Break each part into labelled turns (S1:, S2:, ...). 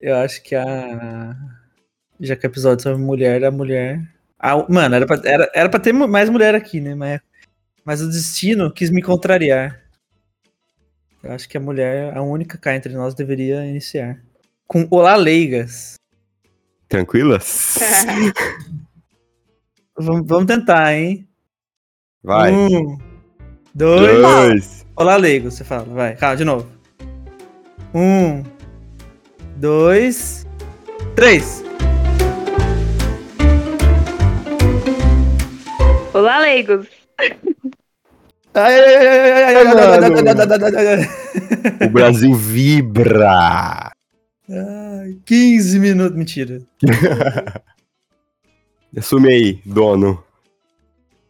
S1: Eu acho que a. Já que o episódio sobre mulher da mulher. Ah, mano, era pra, era, era pra ter mu- mais mulher aqui, né? Mas, mas o destino quis me contrariar. Eu acho que a mulher, a única cá entre nós, deveria iniciar. Com Olá Leigas.
S2: Tranquilas?
S1: Vamos, vamos tentar, hein?
S2: Vai.
S1: Um, dois.
S2: dois.
S1: Olá, leigo, você fala, vai. Calma, de novo. Um, dois, três.
S3: Olá, leigos!
S1: Ai, ai, ai, ai, ai, ai, ai, ai, ai, ai, ai, ai, ai, ai.
S2: O Brasil vibra.
S1: Ai, 15 minutos, mentira.
S2: Assume aí, dono.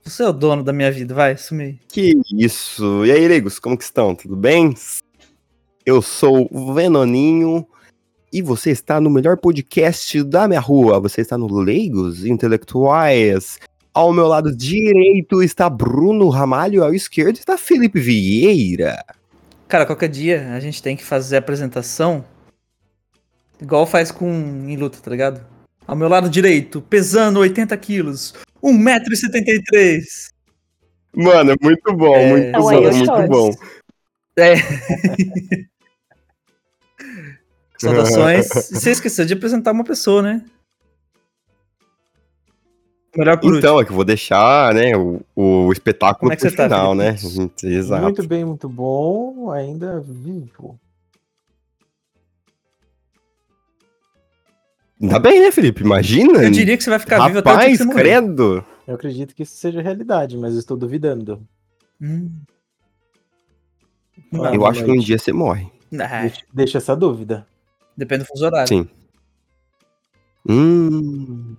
S1: Você é o dono da minha vida, vai, sumi.
S2: Que isso. E aí, Legos, como que estão? Tudo bem? Eu sou o Venoninho e você está no melhor podcast da minha rua. Você está no Leigos Intelectuais. Ao meu lado direito está Bruno Ramalho, ao esquerdo está Felipe Vieira.
S1: Cara, qualquer dia a gente tem que fazer a apresentação igual faz com em luta, tá ligado? Ao meu lado direito, pesando 80 quilos, 1,73m.
S2: Mano, é muito bom,
S1: É.
S2: muito
S3: Então, aí
S2: bom,
S3: eu
S2: muito
S3: torço.
S2: bom.
S1: Saudações. Você esqueceu de apresentar uma pessoa, né? Melhor por último.
S2: Então, é que eu vou deixar, né, o, o espetáculo
S1: Como é que
S2: pro
S1: você tá,
S2: final,
S1: Felipe?
S2: né? Gente, Exato.
S4: Muito bem, muito bom. Ainda vivo.
S2: Ainda bem, né, Felipe? Imagina.
S1: Eu diria que você vai ficar vivo até o dia que
S2: Rapaz,
S1: você morrer.
S2: credo.
S4: Eu acredito que isso seja realidade, mas eu estou duvidando.
S1: Hum.
S4: Fala,
S1: Ah, Não,
S2: eu acho que um
S4: moleque.
S2: dia você morre.
S1: Ah,
S4: Deixa, deixa essa dúvida.
S1: depende do fuso horário.
S2: Sim. Hum.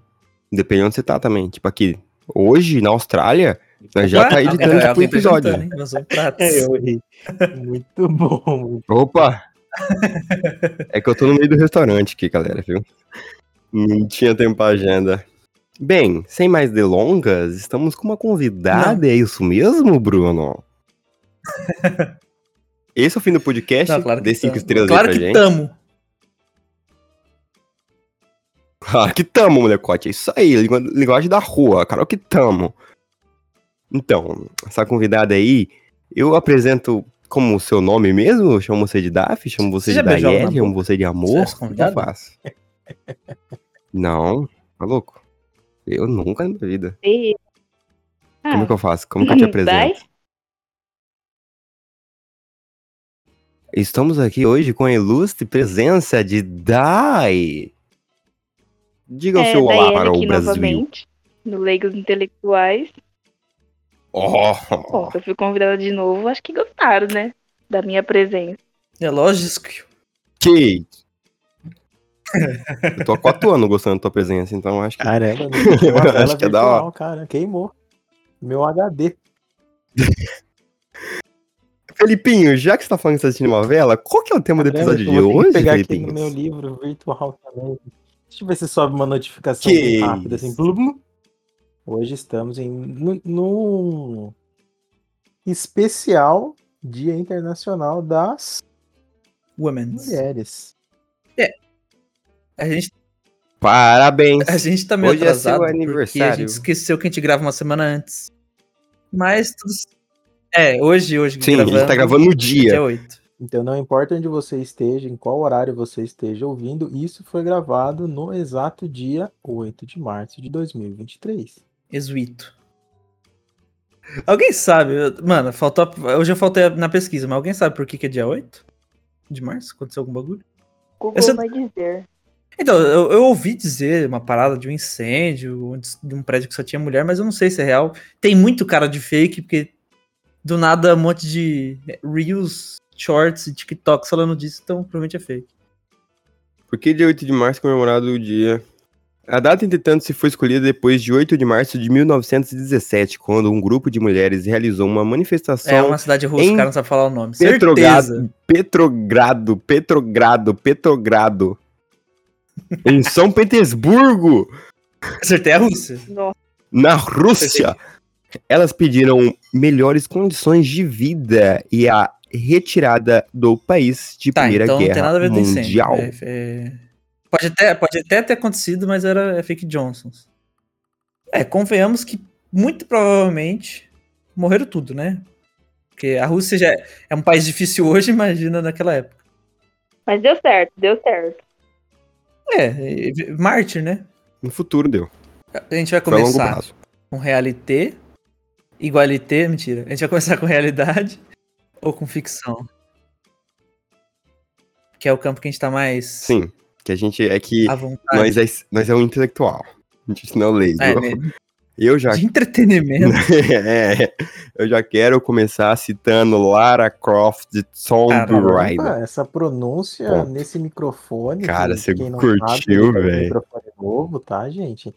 S2: Depende de onde você tá também. Tipo aqui, hoje, na Austrália, nós já
S1: Ué?
S2: tá editando
S1: Ah,
S2: tipo, um
S1: alguém tá
S2: episódio.
S1: jantando, hein? Nós vamos pra-
S2: É,
S4: eu errei. Muito bom.
S2: Opa! é que eu tô no meio do restaurante aqui, galera, viu? Não tinha tempo pra agenda. Bem, sem mais delongas, estamos com uma convidada, é isso mesmo, Bruno? Esse é o fim do podcast.
S1: Não, claro que
S2: Dê cinco
S1: tamo.
S2: estrelas
S1: Claro
S2: aí
S1: que
S2: pra
S1: tá.
S2: gente.
S1: tamo.
S2: Claro que tamo, molecote. É isso aí, lingu- linguagem da rua. Claro que tamo. Então, essa convidada aí, eu apresento como o seu nome mesmo? Eu chamo você de Daf? Chamo você,
S1: Você já
S2: de
S1: beijou ela
S2: Daiele?
S1: na
S2: Chamo você de
S1: Você é
S2: amor?
S1: essa
S2: O que
S1: convidada?
S2: eu faço? Não, tá louco? Eu nunca na minha vida.
S3: E... Ah,
S2: Como é que eu faço? Como que eu te apresento? Estamos aqui hoje com a ilustre presença de Dai. Diga o seu olá para o Brasil.
S3: É, novamente, no Leigos Intelectuais.
S2: Oh.
S3: Bom, eu fui convidada de novo, acho que gostaram, né? Da minha presença.
S1: É lógico.
S2: Que? Eu tô há quatro anos gostando da tua presença, então acho que.
S4: Caramba, não tinha uma
S2: Acho
S4: tela
S2: que é da hora.
S4: virtual, cara. Queimou. Meu HD.
S2: Felipinho, já que você tá falando que você tá assistindo uma vela, qual que é o tema do
S4: Caramba,
S2: episódio
S4: eu
S2: de
S4: vou ter que
S2: hoje,
S4: pegar aqui no
S2: Felipinho?
S4: meu livro virtual também. Deixa eu ver se sobe uma notificação
S2: Que
S4: bem rápida assim.
S2: isso.
S4: Blum. Hoje estamos em no, no especial Dia Internacional das
S1: Women's.
S4: Mulheres.
S1: A, gente,
S2: Parabéns!
S1: a gente tá meio
S2: Hoje é seu
S1: atrasado porque a
S2: aniversário.
S1: gente esqueceu que a gente grava uma semana antes. Mas tudo... É, hoje, hoje que
S2: Sim, a gente tá gravando no dia.
S1: Dia 8.
S4: Então não importa onde você esteja, em qual horário você esteja ouvindo, isso foi gravado no exato dia 8 de março de 2023.
S1: Exuito. Alguém sabe, eu- mano, faltou. a- Hoje eu faltei na pesquisa, mas alguém sabe por que, que é dia 8 de março? Aconteceu algum bagulho?
S3: Google
S1: Essa-
S3: vai dizer.
S1: Então, eu, eu ouvi dizer uma parada de um incêndio, onde- de um prédio que só tinha mulher, mas eu não sei se é real. Tem muito cara de fake, porque do nada um monte de Reels, Shorts e TikToks falando disso, então provavelmente é fake.
S2: Por que dia 8 de março é comemorado o dia? A data, entretanto, se foi escolhida depois de 8 de março de 1917, quando um grupo de mulheres realizou uma
S1: É
S2: manifestação
S1: uma cidade russa,
S2: em
S1: o cara não sabe falar o nome.
S2: Petrogrado.
S1: Certeza.
S2: Petrogrado, Petrogrado, Petrogrado. em São Petersburgo,
S1: Acertei a Rússia.
S3: Nossa,
S2: na Rússia. Elas pediram melhores condições de vida e a retirada do país de
S1: Tá,
S2: Primeira
S1: então não
S2: Guerra
S1: tem nada a ver com incêndio.
S2: Mundial.
S1: É, é Pode até, pode até ter acontecido, mas era fake Johnsons. É, convenhamos que muito provavelmente morreram tudo, né? Porque a Rússia já é- é um país difícil hoje, imagina naquela época.
S3: Mas deu certo, deu certo.
S1: É, e- e- mártir, né?
S2: No futuro deu.
S1: A gente vai
S2: Foi a longo
S1: começar
S2: prazo.
S1: com realité, igualité, mentira. A gente vai começar com realidade ou com ficção. Que é o campo que a gente tá mais
S2: Sim. Que a gente é que
S1: à vontade.
S2: nós é, nós é um intelectual. A gente não é leigo.
S1: É, né?
S2: Eu já
S1: De entretenimento.
S2: É, eu já quero começar citando Lara Croft de Tomb
S1: Caramba.
S2: Raider.
S4: Ah, essa pronúncia
S2: Ponto.
S4: nesse microfone.
S2: Cara,
S4: que
S2: você
S4: quem não
S2: curtiu,
S4: sabe, ele tá com
S2: véi.
S4: um microfone novo, tá, gente?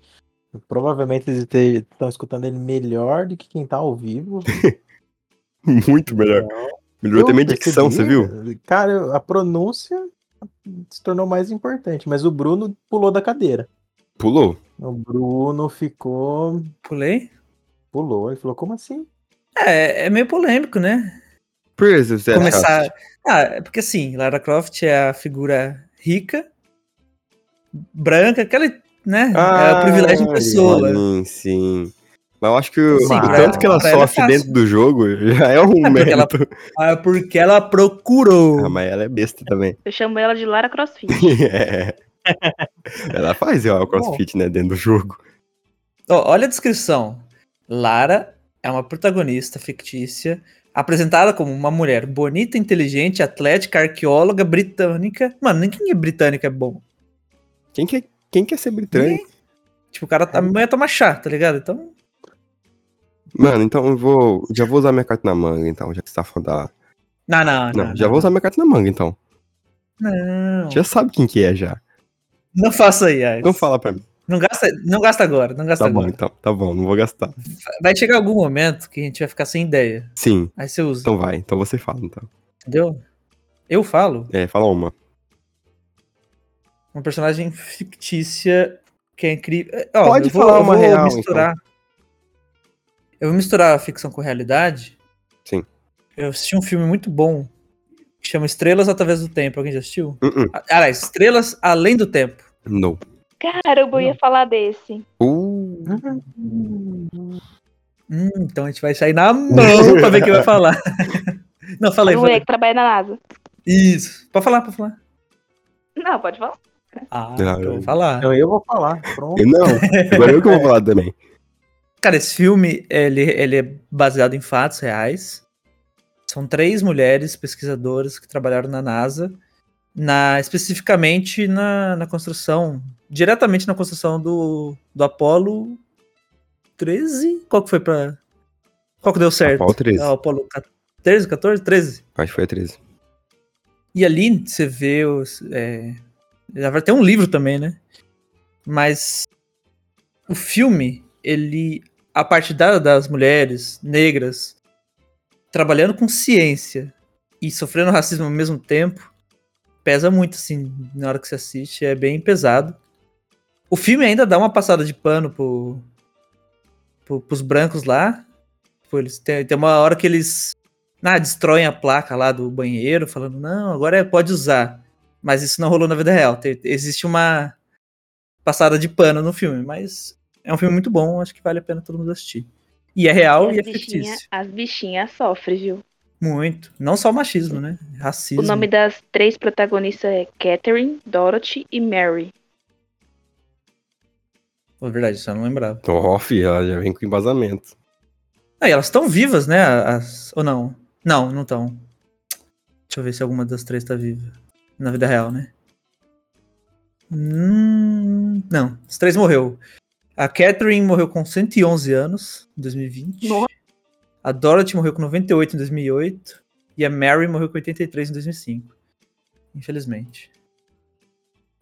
S4: Provavelmente eles estão escutando ele melhor do que quem tá ao vivo.
S2: Muito melhor. Melhorou
S4: Eu
S2: também a dicção, você
S4: percebi,
S2: viu?
S4: Cara, a pronúncia se tornou mais importante, mas o Bruno pulou da cadeira.
S2: Pulou.
S4: O Bruno ficou.
S1: Pulei?
S4: Pulou. Ele falou, como assim?
S1: É, é meio polêmico, né?
S2: Por isso você
S1: começar.
S2: acha-
S1: Ah, é porque assim, Lara Croft é a figura rica, branca, aquela, né? é o privilégio de
S2: Ah,
S1: pessoa.
S2: Sim, sim. Mas eu acho que o
S1: Sim,
S2: o
S4: pra-
S2: tanto que ela
S1: pra ela é
S2: sofre
S1: fácil.
S2: dentro do jogo já é um
S1: porque ela-
S2: mérito.
S1: Ah, porque ela procurou.
S2: Ah, mas ela é besta também.
S3: Eu chamo ela de Lara Crossfit.
S2: É. Ela faz ó, o crossfit, né, dentro do jogo.
S1: Ó, olha a descrição. Lara é uma protagonista fictícia, apresentada como uma mulher bonita, inteligente, atlética, arqueóloga, britânica. Mano, nem quem é britânica é bom.
S2: Quem quer, quem quer ser britânico?
S1: Tipo, o cara
S2: É.
S1: tá, a mulher toma chá, tá ligado? Então,
S2: Mano, então eu vou. Já vou usar minha carta na manga, então, já que você tá falando da.
S1: não, não, não.
S2: Ah, Não, já vou usar minha carta na manga, então.
S1: Não,
S2: Já sabe quem que é já.
S1: não faça aí, Alex.
S2: Não Então fala pra mim.
S1: Não gasta, não gasta agora, não gasta
S2: Tá bom,
S1: agora.
S2: então. Tá bom, não vou gastar.
S1: Vai chegar algum momento que a gente vai ficar sem ideia.
S2: Sim,
S1: Aí você usa,
S2: então vai. Então você fala, então.
S1: entendeu? Eu falo
S2: É, fala uma.
S1: uma personagem fictícia que é incrível. É, ó,
S2: Pode
S1: eu vou,
S2: falar
S1: eu
S2: uma
S1: vou
S2: real,
S1: misturar. Eu vou misturar a ficção com realidade.
S2: Sim.
S1: Eu assisti um filme muito bom que chama Estrelas Através do Tempo. Alguém já assistiu?
S2: Uh -uh.
S1: Ah, Aliás, Estrelas Além do Tempo.
S2: Não.
S3: Caramba, eu ia falar desse.
S2: Uh,
S1: Hum, então a gente vai sair na mão pra ver quem vai falar. Não, falei.
S3: O moleque
S1: falei.
S3: é que trabalha na NASA.
S1: Isso. Pode falar, pode falar.
S3: Não, pode falar.
S1: Ah,
S2: Ah,
S1: então eu vou falar.
S4: Então eu vou falar. Pronto.
S2: eu não. Agora eu que vou falar também.
S1: Cara, esse filme, ele, ele é baseado em fatos reais. São três mulheres pesquisadoras que trabalharam na NASA, na, especificamente na, na construção, diretamente na construção do, do Apollo 13? Qual que foi pra... Qual que deu certo?
S2: Apollo 13.
S1: É o Apollo 14, 14? 13?
S2: Acho que foi a 13.
S1: E ali você vê os. É, na verdade, tem um livro também, né? Mas o filme, ele. A partir da- das mulheres negras trabalhando com ciência e sofrendo racismo ao mesmo tempo, pesa muito, assim, na hora que você assiste, é bem pesado. O filme ainda dá uma passada de pano pro, pro, pros brancos lá. Tipo, eles tem, tem uma hora que eles ah, destroem a placa lá do banheiro, falando, não, agora é- pode usar. Mas isso não rolou na vida real. Te- existe uma passada de pano no filme, mas é um filme muito bom, acho que vale a pena todo mundo assistir. E é real e, é
S3: as, bichinhas,
S1: fictício.
S3: as bichinhas sofrem, viu?
S1: Muito. Não só o machismo, né?
S3: O
S1: Racismo.
S3: nome das três protagonistas é Catherine, Dorothy e Mary.
S1: Pô, é verdade, isso eu não lembrava.
S2: Off, ela já vem com embasamento.
S1: Ah, e elas estão vivas, né? As... Ou não? Não, não estão. Deixa eu ver se alguma das três tá viva. Na vida real, né? Hum, não, as três morreu. A Catherine morreu com 111 anos, em 2020.
S3: Nossa.
S1: A Dorothy morreu com 98 em 2008. E a Mary morreu com 83 em 2005. Infelizmente.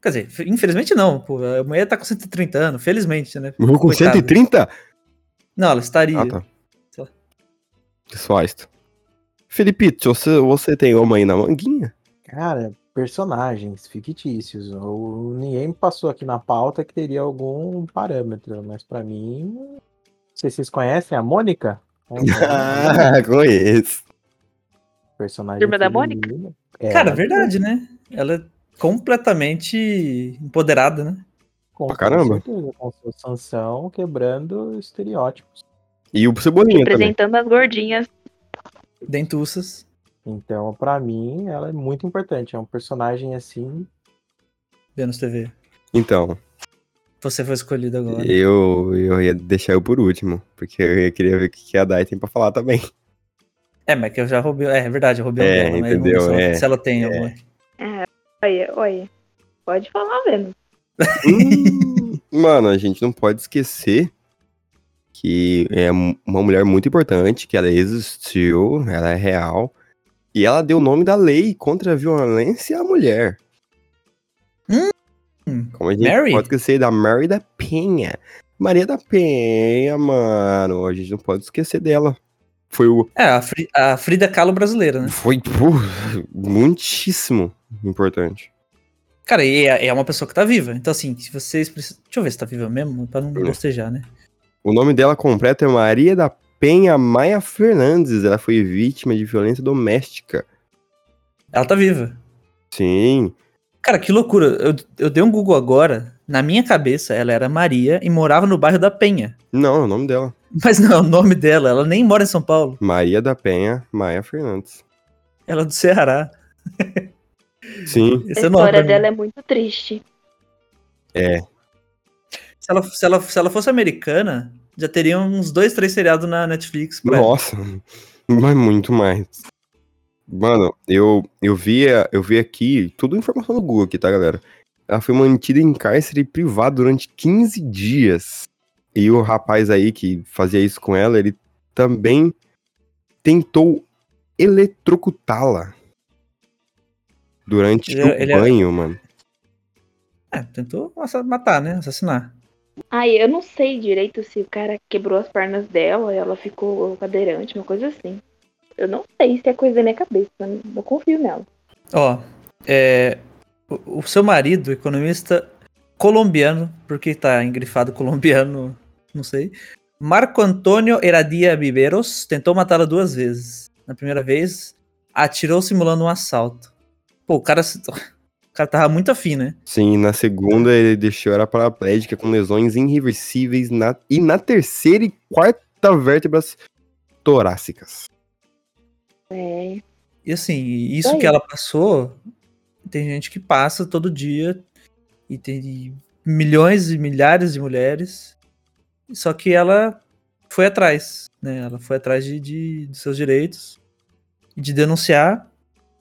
S1: Quer dizer, fe- infelizmente não, pô. A mulher tá com 130 anos, felizmente, né?
S2: Morreu com
S1: Coitada.
S2: 130?
S1: Não, ela estaria.
S2: Ah, tá.
S1: Sei lá.
S2: Só isto. Felipito, você, você tem uma aí na manguinha?
S4: Cara, personagens fictícios. O- Ninguém passou aqui na pauta que teria algum parâmetro, mas pra mim. Não sei se vocês conhecem a Mônica? É
S2: Ah, conheço.
S4: personagem
S3: Turma da Mônica?
S4: feminina. É,
S1: Cara,
S4: ela-
S1: verdade, né? Ela completamente empoderada, né?
S4: Com
S2: Pra caramba.
S4: certeza, com sua sanção quebrando estereótipos.
S2: E o Cebolinha também.
S3: Representando as gordinhas.
S1: Dentuças.
S4: Então, pra mim, ela é muito importante. É um personagem assim.
S1: Vênus TV.
S2: Então,
S1: Você foi escolhido agora.
S2: eu, eu ia deixar eu por último, porque eu queria ver o que que a Dai tem pra falar também.
S1: É, mas que eu já roubei. É, é verdade, eu roubei
S2: É,
S1: dela, mas eu não
S2: entendeu?
S1: sei
S2: É.
S1: se ela tem alguma.
S3: Olha, olha. Pode falar mesmo.
S2: Hum, Mano, a gente não pode esquecer que é m- uma mulher muito importante, que ela existiu, ela é real, e ela deu o nome da lei contra a violência à mulher.
S1: Hum,
S2: Como a gente
S1: Mary?
S2: pode esquecer da Mary da Penha. Maria da Penha, mano, a gente não pode esquecer dela. Foi o
S1: É, a, Fri- a Frida Kahlo brasileira, né?
S2: Foi pô, muitíssimo importante.
S1: Cara, e é, é uma pessoa que tá viva. Então, assim, se vocês precisam. Deixa eu ver se tá viva mesmo, pra não
S2: Hum.
S1: bostejar, né?
S2: O nome dela completo é Maria da Penha Maia Fernandes. Ela foi vítima de violência doméstica.
S1: Ela tá viva.
S2: Sim.
S1: Cara, que loucura. Eu, eu dei um Google agora. Na minha cabeça, ela era Maria e morava no bairro da Penha.
S2: Não, é o nome dela.
S1: Mas não é o nome dela. Ela nem mora em São Paulo.
S2: Maria da Penha Maia Fernandes.
S1: Ela é do Ceará.
S2: Sim.
S1: Esse
S3: a
S1: é o nome.
S3: história
S1: pra mim.
S3: dela é muito triste.
S2: É.
S1: Se, ela, se, ela, se ela fosse americana, já teria uns dois, três seriados na Netflix. pra ela.
S2: Nossa. Mas muito mais. Mano, eu, eu, via, eu vi aqui, tudo informação do Google aqui, tá, galera? Ela foi mantida em cárcere privado durante 15 dias. E o rapaz aí que fazia isso com ela, ele também tentou eletrocutá-la durante
S1: Ele- é,
S2: o
S1: ele era-
S2: banho, mano.
S1: É, tentou assa- matar, né? Assassinar.
S3: Ai, eu não sei direito se o cara quebrou as pernas dela e ela ficou cadeirante, uma coisa assim. Eu não sei se é coisa da minha cabeça. Eu não- não confio nela.
S1: Ó, é, o, o seu marido, economista colombiano, porque tá engrifado colombiano, não sei. Marco Antônio Eradia Biberos tentou matá-la duas vezes. Na primeira vez, atirou simulando um assalto. Pô, o cara, se- o cara tava muito afim, né?
S2: Sim, na segunda ele deixou ela paraplégica com lesões irreversíveis na, e na terceira e quarta vértebras torácicas.
S3: É,
S1: E assim, e isso
S3: Aí.
S1: que ela passou, tem gente que passa todo dia e tem milhões e milhares de mulheres. Só que ela foi atrás, né? Ela foi atrás de, de, de seus direitos e de denunciar.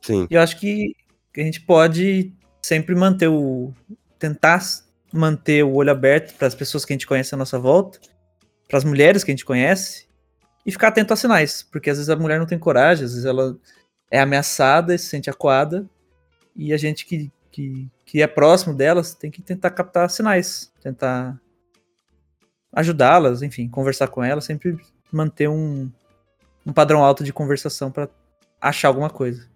S2: Sim.
S1: E eu acho que a gente pode sempre manter o. tentar s- manter o olho aberto para as pessoas que a gente conhece à nossa volta, para as mulheres que a gente conhece, e ficar atento a sinais, porque às vezes a mulher não tem coragem, às vezes ela é ameaçada e se sente acuada. E a gente que, que, que é próximo delas tem que tentar captar sinais, tentar ajudá-las, enfim, conversar com elas, sempre manter um, um padrão alto de conversação para achar alguma coisa.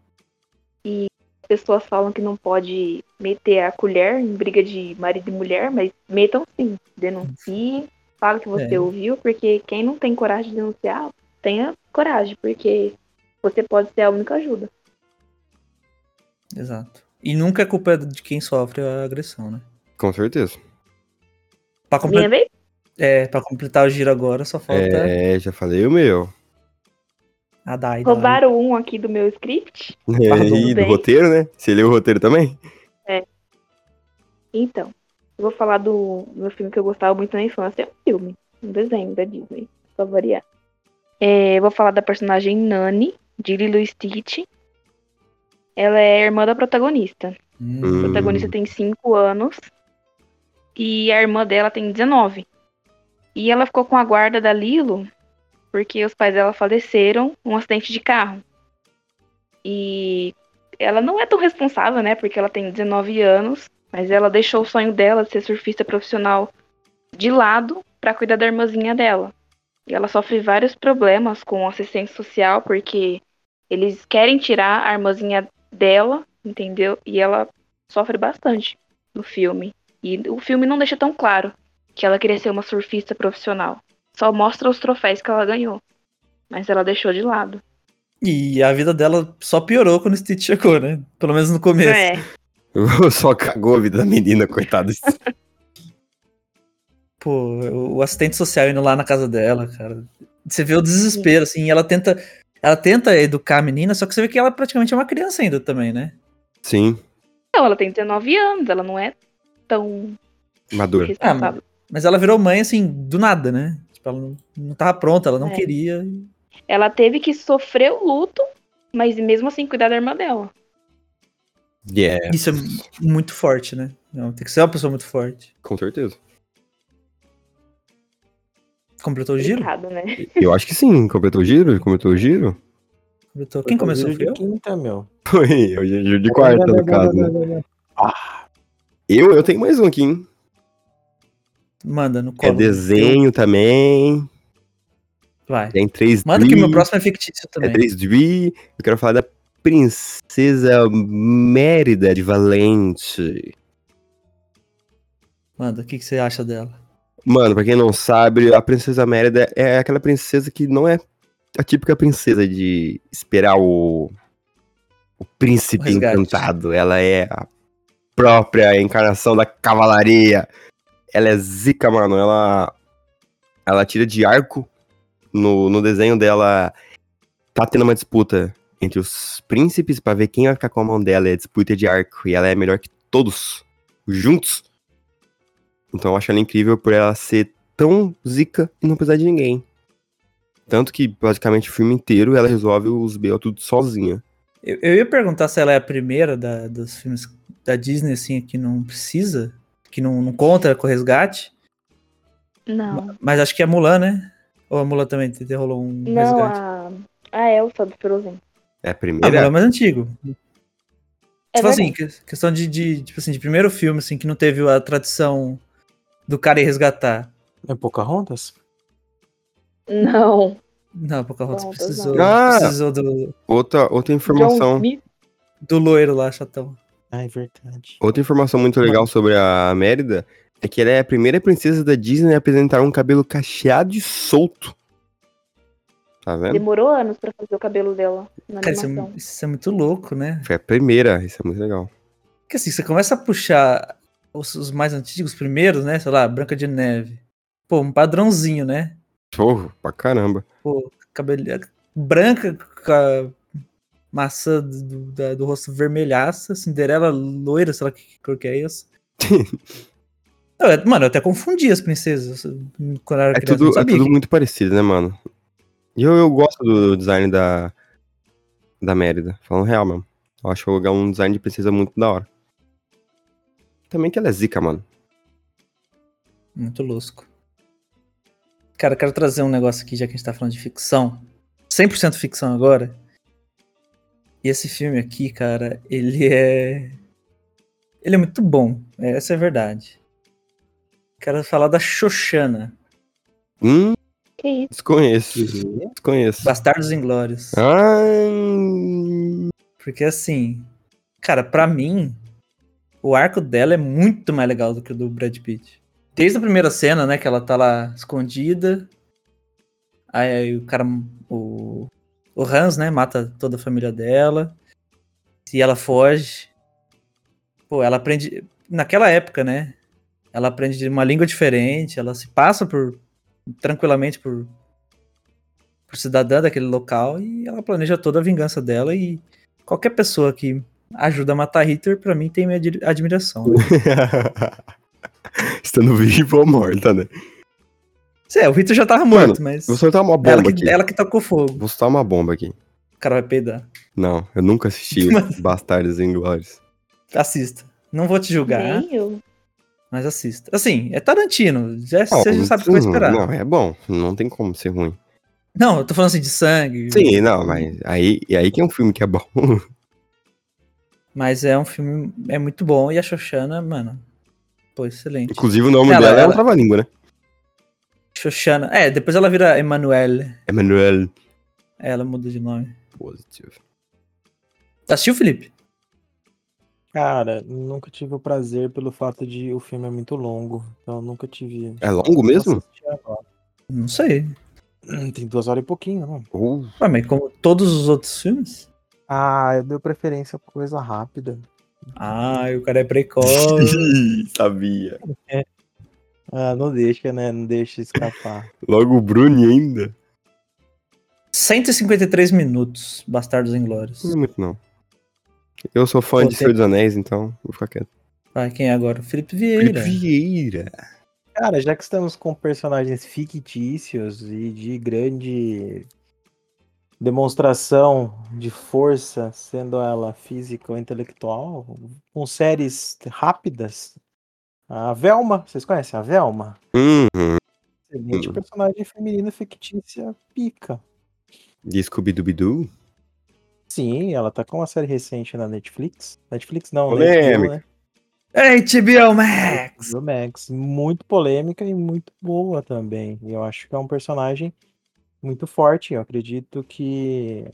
S3: as pessoas falam que não pode meter a colher em briga de marido e mulher, mas metam sim. Denuncie, fala que você
S1: É.
S3: ouviu, porque quem não tem coragem de denunciar, tenha coragem, porque você pode ser a única ajuda.
S1: Exato. E nunca é culpa de quem sofre a agressão, né?
S2: Com certeza.
S1: Pra,
S3: Minha
S1: comple
S3: vez?
S1: é, pra completar o giro agora, só falta
S2: É, já falei o meu.
S1: a Dai. Dai.
S3: Roubaram um aqui do meu script.
S1: Pardon,
S2: É, E do
S3: bem.
S2: roteiro, né? Você leu o roteiro também?
S3: Então, eu vou falar do meu filme que eu gostava muito na infância. É um filme, um desenho da Disney, pra variar. É, eu vou falar da personagem Nani, de Lilo e Stitch. Ela é irmã da protagonista.
S1: Hum,
S3: A protagonista tem 5 anos e a irmã dela tem 19. E ela ficou com a guarda da Lilo porque os pais dela faleceram num acidente de carro. E ela não é tão responsável, né? Porque ela tem 19 anos, mas ela deixou o sonho dela de ser surfista profissional de lado para cuidar da irmãzinha dela. E ela sofre vários problemas com assistência social porque eles querem tirar a irmãzinha dela, entendeu? E ela sofre bastante no filme. E o filme não deixa tão claro que ela queria ser uma surfista profissional. Só mostra os troféus que ela ganhou. Mas ela deixou de lado.
S1: E a vida dela só piorou quando o Stitch chegou, né? Pelo menos no começo.
S3: É.
S2: Só cagou a vida da menina, coitada.
S1: Pô, o o assistente social indo lá na casa dela, cara. Você vê o desespero, assim, e ela tenta. Ela tenta educar a menina, só que você vê que ela praticamente é uma criança ainda também, né?
S2: Sim,
S3: Não, ela tem 19 anos, ela não é tão
S1: Ah,
S2: madura.
S3: responsável.
S1: Mas ela virou mãe, assim, do nada, né? Tipo, ela não, não tava pronta, ela não
S3: É.
S1: queria.
S3: Ela teve que sofrer o luto, mas mesmo assim cuidar da irmã dela.
S2: Yeah,
S1: Isso é muito forte, né? Não, tem que ser uma pessoa muito forte.
S2: com certeza.
S1: Completou o giro?
S3: Complicado, né?
S2: Eu acho que sim, completou o giro, completou o giro.
S1: Completou. Quem começou?
S4: Foi
S1: Foi eu?
S4: de quinta, meu.
S2: Foi, eu já giro de quarta, no caso. né? Eu, eu tenho mais um aqui, hein?
S1: Manda, no
S2: É
S1: colo.
S2: desenho também,
S1: Vai.
S2: tem 3D.
S1: Manda que o meu próximo é fictício
S2: É
S1: também.
S2: 3D. Eu quero falar da Princesa Mérida de Valente.
S1: Manda, o que, que você acha dela?
S2: Mano, pra quem não sabe, a Princesa Mérida é aquela princesa que não é a típica princesa de esperar o, o príncipe
S1: O resgate.
S2: encantado. Ela é a própria encarnação da cavalaria. Ela é zica, mano. Ela, ela tira de arco. No, no desenho dela, tá tendo uma disputa entre os príncipes pra ver quem vai ficar com a mão dela. É disputa de arco. E ela é melhor que todos juntos. Então eu acho ela incrível por ela ser tão zica e não precisar de ninguém. Tanto que basicamente o filme inteiro ela resolve os B.O. tudo sozinha.
S1: Eu, eu ia perguntar se ela é a primeira da- dos filmes da Disney, assim, que não precisa, que não, não conta com resgate.
S3: Não.
S1: Mas acho que é a Mulan, né? Ou a Mulan também te- te rolou um
S3: Não,
S1: resgate?
S3: a, a Elsa do Frozen.
S2: É a
S1: A Mulan
S2: primeira?
S1: é mais antigo.
S3: É
S1: tipo assim,
S3: verdade.
S1: que- questão de, de, tipo assim, de primeiro filme, assim, que não teve a tradição do cara ir resgatar.
S4: É Pocahontas?
S3: Não.
S1: Não, Pocahontas
S3: Não,
S1: precisou,
S2: não. Ah!
S1: precisou do,
S2: outra, outra
S3: John
S2: informação.
S3: Smith.
S1: do loiro lá, chatão.
S4: Ah, é verdade.
S2: Outra informação muito legal sobre a Mérida é que ela é a primeira princesa da Disney a apresentar um cabelo cacheado e solto. Tá vendo?
S3: Demorou anos pra fazer o cabelo dela na
S1: né? Cara, isso é,
S3: animação.
S1: isso é muito louco, né?
S2: Foi a primeira, isso é muito legal.
S1: Porque assim, você começa a puxar os, os mais antigos, os primeiros, né? Sei lá, Branca de Neve. Pô, um padrãozinho, né?
S2: Porra, pra caramba.
S1: Pô, cabelo branca com a maçã do, do- da- do rosto vermelhaça, Cinderela loira, sei lá que cor que é essa. Não, é- mano, eu até confundi as princesas quando eu era
S2: É
S1: criança. não
S2: tudo, é
S1: sabia
S2: tudo
S1: que-
S2: muito parecido, né, mano? E eu, eu gosto do design da, da Mérida, falando real mesmo. Eu acho que é um design de princesa muito da hora. Também que ela é zica, mano.
S1: Muito lusco. Cara, eu quero trazer um negócio aqui, já que a gente tá falando de ficção. 100% ficção agora. E esse filme aqui, cara, ele é. Ele é muito bom. é, Essa é a verdade. Quero falar da Xoxana,
S2: Hum,
S3: Que isso?
S1: Uhum.
S2: desconheço. Desconheço.
S1: Bastardos
S2: Ah,
S1: Inglórios.
S2: Ai,
S1: Porque assim, cara, pra mim, o arco dela é muito mais legal do que o do Brad Pitt. Desde a primeira cena, né, que ela tá lá escondida. Aí, aí o cara, o, o Hans, né, mata toda a família dela. E ela foge. Pô, ela aprende. Naquela época, né? Ela aprende uma língua diferente, ela se passa por tranquilamente por, por cidadã daquele local e ela planeja toda a vingança dela e qualquer pessoa que ajuda a matar Hitler, pra mim, tem minha admi- admiração.
S2: Uhum.
S1: né?
S2: Estando vivo ou morta, né?
S1: Cê, é, o Hitler já tava
S2: Mano,
S1: morto, mas
S2: Vou soltar uma
S1: ela
S2: bomba aqui.
S1: que, ela que tocou fogo.
S2: Vou soltar uma bomba aqui.
S1: O cara vai peidar.
S2: Não, eu nunca assisti Bastardos Inglórios.
S1: Assista. Não vou te julgar,
S3: Nem eu.
S1: mas assista. Assim, é Tarantino. Já,
S2: Não,
S1: você já sabe o que vai
S2: hum,
S1: esperar. Não.
S2: Não, é bom. Não tem como ser ruim.
S1: eu tô falando assim de sangue.
S2: Sim, não, mas aí, e aí que é um filme que é bom.
S1: Mas é um filme. É muito bom. E a Xoxana, mano. Pô, excelente.
S2: Inclusive o nome
S1: Ela-
S2: dela é um
S1: ela-
S2: trava-língua, né?
S1: Xoxana. É, depois ela vira Emanuele.
S2: Emmanuel
S1: É, ela muda de nome.
S2: Positive.
S1: Assistiu, Felipe?
S4: Cara, nunca tive o prazer pelo fato de o filme é muito longo. Então eu nunca tive.
S2: É longo mesmo?
S4: Posso assistir agora.
S1: Não sei. Ah,
S4: Tem duas horas e pouquinho, né? não.
S2: Ou
S1: Ué, mas como todos os outros filmes?
S4: Ah, eu dei preferência pra coisa rápida.
S1: Ai, o cara é precoce.
S2: Sabia.
S4: Ah, não deixa, né? Não deixa escapar.
S2: Logo o Bruni ainda.
S1: 153 minutos, Bastardos Inglórios.
S2: Não é muito, não. Eu sou fã
S1: Pô,
S2: de
S1: tem-
S2: Senhor dos Anéis, então vou ficar quieto.
S1: Vai, quem é agora? Felipe
S2: Felipe
S1: Vieira.
S2: Vieira.
S4: Cara, já que estamos com personagens fictícios e de grande demonstração de força, sendo ela física ou intelectual, com séries rápidas. A Velma, vocês conhecem a Velma?
S2: Uhum.
S4: Excelente
S2: Hum.
S4: personagem feminina fictícia pica.
S2: De Scooby-Dooby-Doo.
S4: Sim, ela tá com uma série recente na Netflix. Netflix não,
S2: Polêmica.
S4: né?
S1: Ei, HBO Max!
S4: Do Max. Muito polêmica e muito boa também. E Eu acho que é um personagem muito forte. Eu acredito que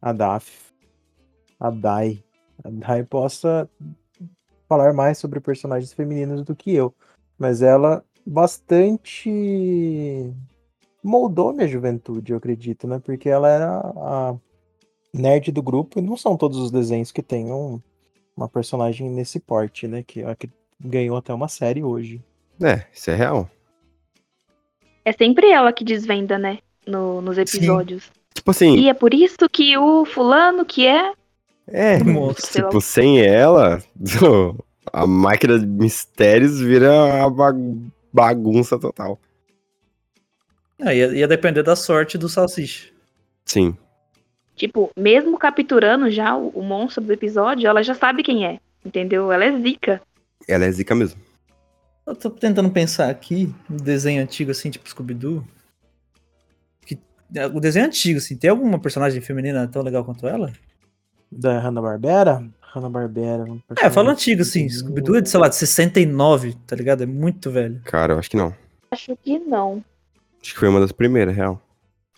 S4: a Daf, a Dai, a Dai possa falar mais sobre personagens femininos do que eu. Mas ela bastante moldou minha juventude, eu acredito, né? Porque ela era a nerd do grupo e não são todos os desenhos que tenham uma personagem nesse porte, né? Que eu acredito ganhou até uma série hoje.
S2: É, isso é real.
S3: É sempre ela que desvenda, né? no- nos episódios.
S2: Tipo assim,
S3: E é por isso que o fulano que é.
S2: é.
S1: Nossa.
S2: Tipo, sem ela, a máquina de mistérios vira a ba- bagunça total.
S1: Ah, ia, ia depender da sorte do Salsicha.
S2: Sim.
S3: Tipo, mesmo capturando já o, o monstro do episódio, ela já sabe quem é. Entendeu? Ela é zica.
S2: Ela é zica mesmo.
S1: Eu tô tentando pensar aqui, um desenho antigo, assim, tipo Scooby-Doo. Que- é, O desenho antigo, assim, tem alguma personagem feminina tão legal quanto ela?
S4: Da Hanna-Barbera? Hanna-Barbera. um
S1: É,
S4: personagem
S1: fala antigo, assim.
S4: feminino.
S1: Scooby-Doo é de, sei lá, de 69, tá ligado? É muito velho.
S2: Cara, eu acho que não.
S3: Acho que não.
S2: Acho que foi uma das primeiras, real.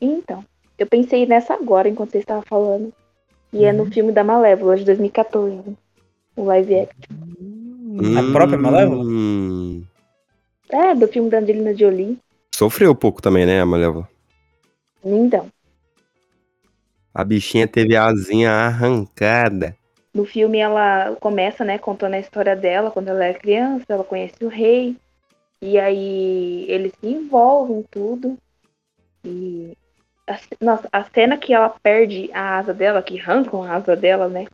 S3: Então, eu pensei nessa agora enquanto você estava falando. E é no filme da Malévola de 2014. O live action.
S4: Hum,
S1: A própria Malévola?
S2: Hum.
S3: É, do filme da Angelina Jolie.
S2: Sofreu um pouco também, né, a Malévola?
S3: Então,
S2: A bichinha teve a asinha arrancada.
S3: no filme ela começa, né, contando a história dela quando ela é criança, ela conhece o rei. E aí eles se envolvem em tudo. E a, ce- nossa, a cena que ela perde a asa dela, que arrancam a asa dela, né?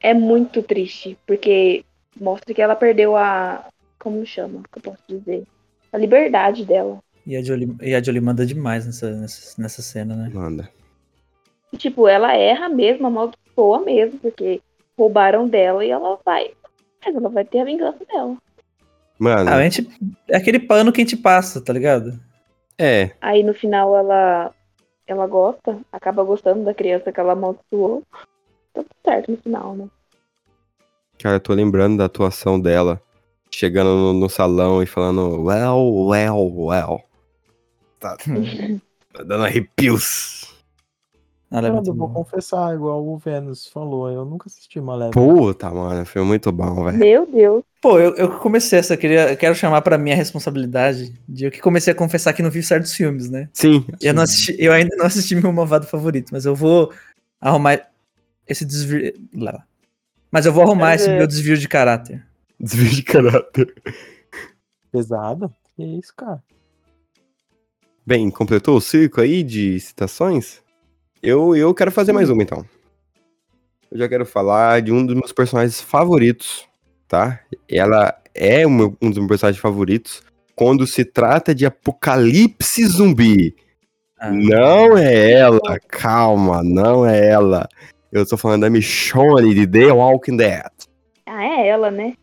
S3: É muito triste, porque mostra que ela perdeu a. Como chama? O que eu posso dizer? A liberdade dela.
S1: E a Jolie, e a Jolie manda demais nessa, nessa, nessa cena, né?
S2: Manda.
S3: E, tipo, ela erra mesmo, amaldiçoa mesmo, porque roubaram dela e ela vai. Mas ela vai ter a vingança dela.
S2: Mano,
S1: Ah, a gente, é aquele pano que a gente passa, tá ligado?
S2: é.
S3: Aí no final ela ela gosta, acaba gostando da criança que ela amaldiçoou. Tá tudo certo no final, né?
S2: Cara, eu tô lembrando da atuação dela. Chegando no, no salão e falando, well, well, well. Tá, tá dando arrepios.
S1: Ela é
S4: Mano,
S1: muito
S4: eu vou
S1: boa.
S4: confessar, igual o Vênus falou, eu nunca assisti Malévola.
S2: Puta, mano, foi muito bom, velho.
S3: Meu Deus.
S1: Pô, eu, eu comecei essa, eu queria, eu quero chamar pra minha responsabilidade de eu que comecei a confessar que não vi certos filmes, né?
S2: Sim,
S1: Eu, não assisti- eu ainda não assisti meu malvado favorito, mas eu vou arrumar esse desvio. lá, lá. Mas eu vou arrumar
S3: Mas
S1: esse
S3: é-
S1: meu desvio de caráter.
S2: desvio de caráter.
S4: Pesado? Que isso, cara?
S2: Bem, completou o circo aí de citações? Eu, eu quero fazer mais uma, então. Eu já quero falar de um dos meus personagens favoritos, tá? Ela é o meu- um dos meus personagens favoritos quando se trata de apocalipse zumbi.
S1: Ah,
S2: Não é ela, calma, não é ela. Eu tô falando da Michonne de The Walking Dead.
S3: Ah, é ela, né?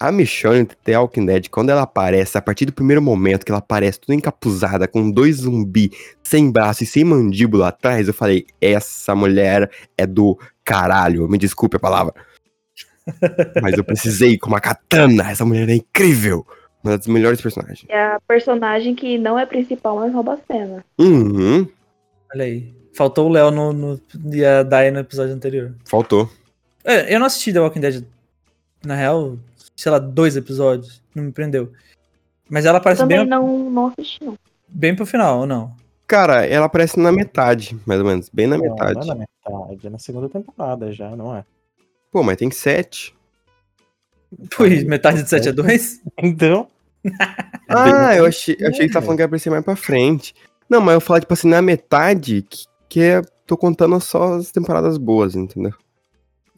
S2: A Michonne de The Walking Dead, quando ela aparece, a partir do primeiro momento que ela aparece toda encapuzada, com dois zumbi, sem braço e sem mandíbula atrás, eu falei, essa mulher é do caralho, me desculpe a palavra. Mas eu precisei com uma katana, essa mulher é incrível. Uma das melhores personagens.
S3: É a personagem que não é principal, mas rouba a cena.
S2: Uhum,
S1: Olha aí. Faltou o Léo no, no, e a Dai no episódio anterior.
S2: faltou.
S1: É, eu não assisti The Walking Dead, na real, sei lá, dois episódios. Não me prendeu. Mas ela aparece
S3: Também
S1: bem,
S3: não, não assisti, não.
S1: bem pro final, ou não?
S2: Cara, ela aparece na metade, mais ou menos, bem na
S4: Não, não é
S2: metade.
S4: na metade, é na segunda temporada já, não é?
S2: Pô, mas tem sete.
S1: Pois, metade de 7 a 2?
S4: Então,
S2: Ah, eu achei, eu achei que você tava falando que ia aparecer mais pra frente. Não, mas eu falo, tipo assim, na metade, que, que é, tô contando só as temporadas boas, entendeu?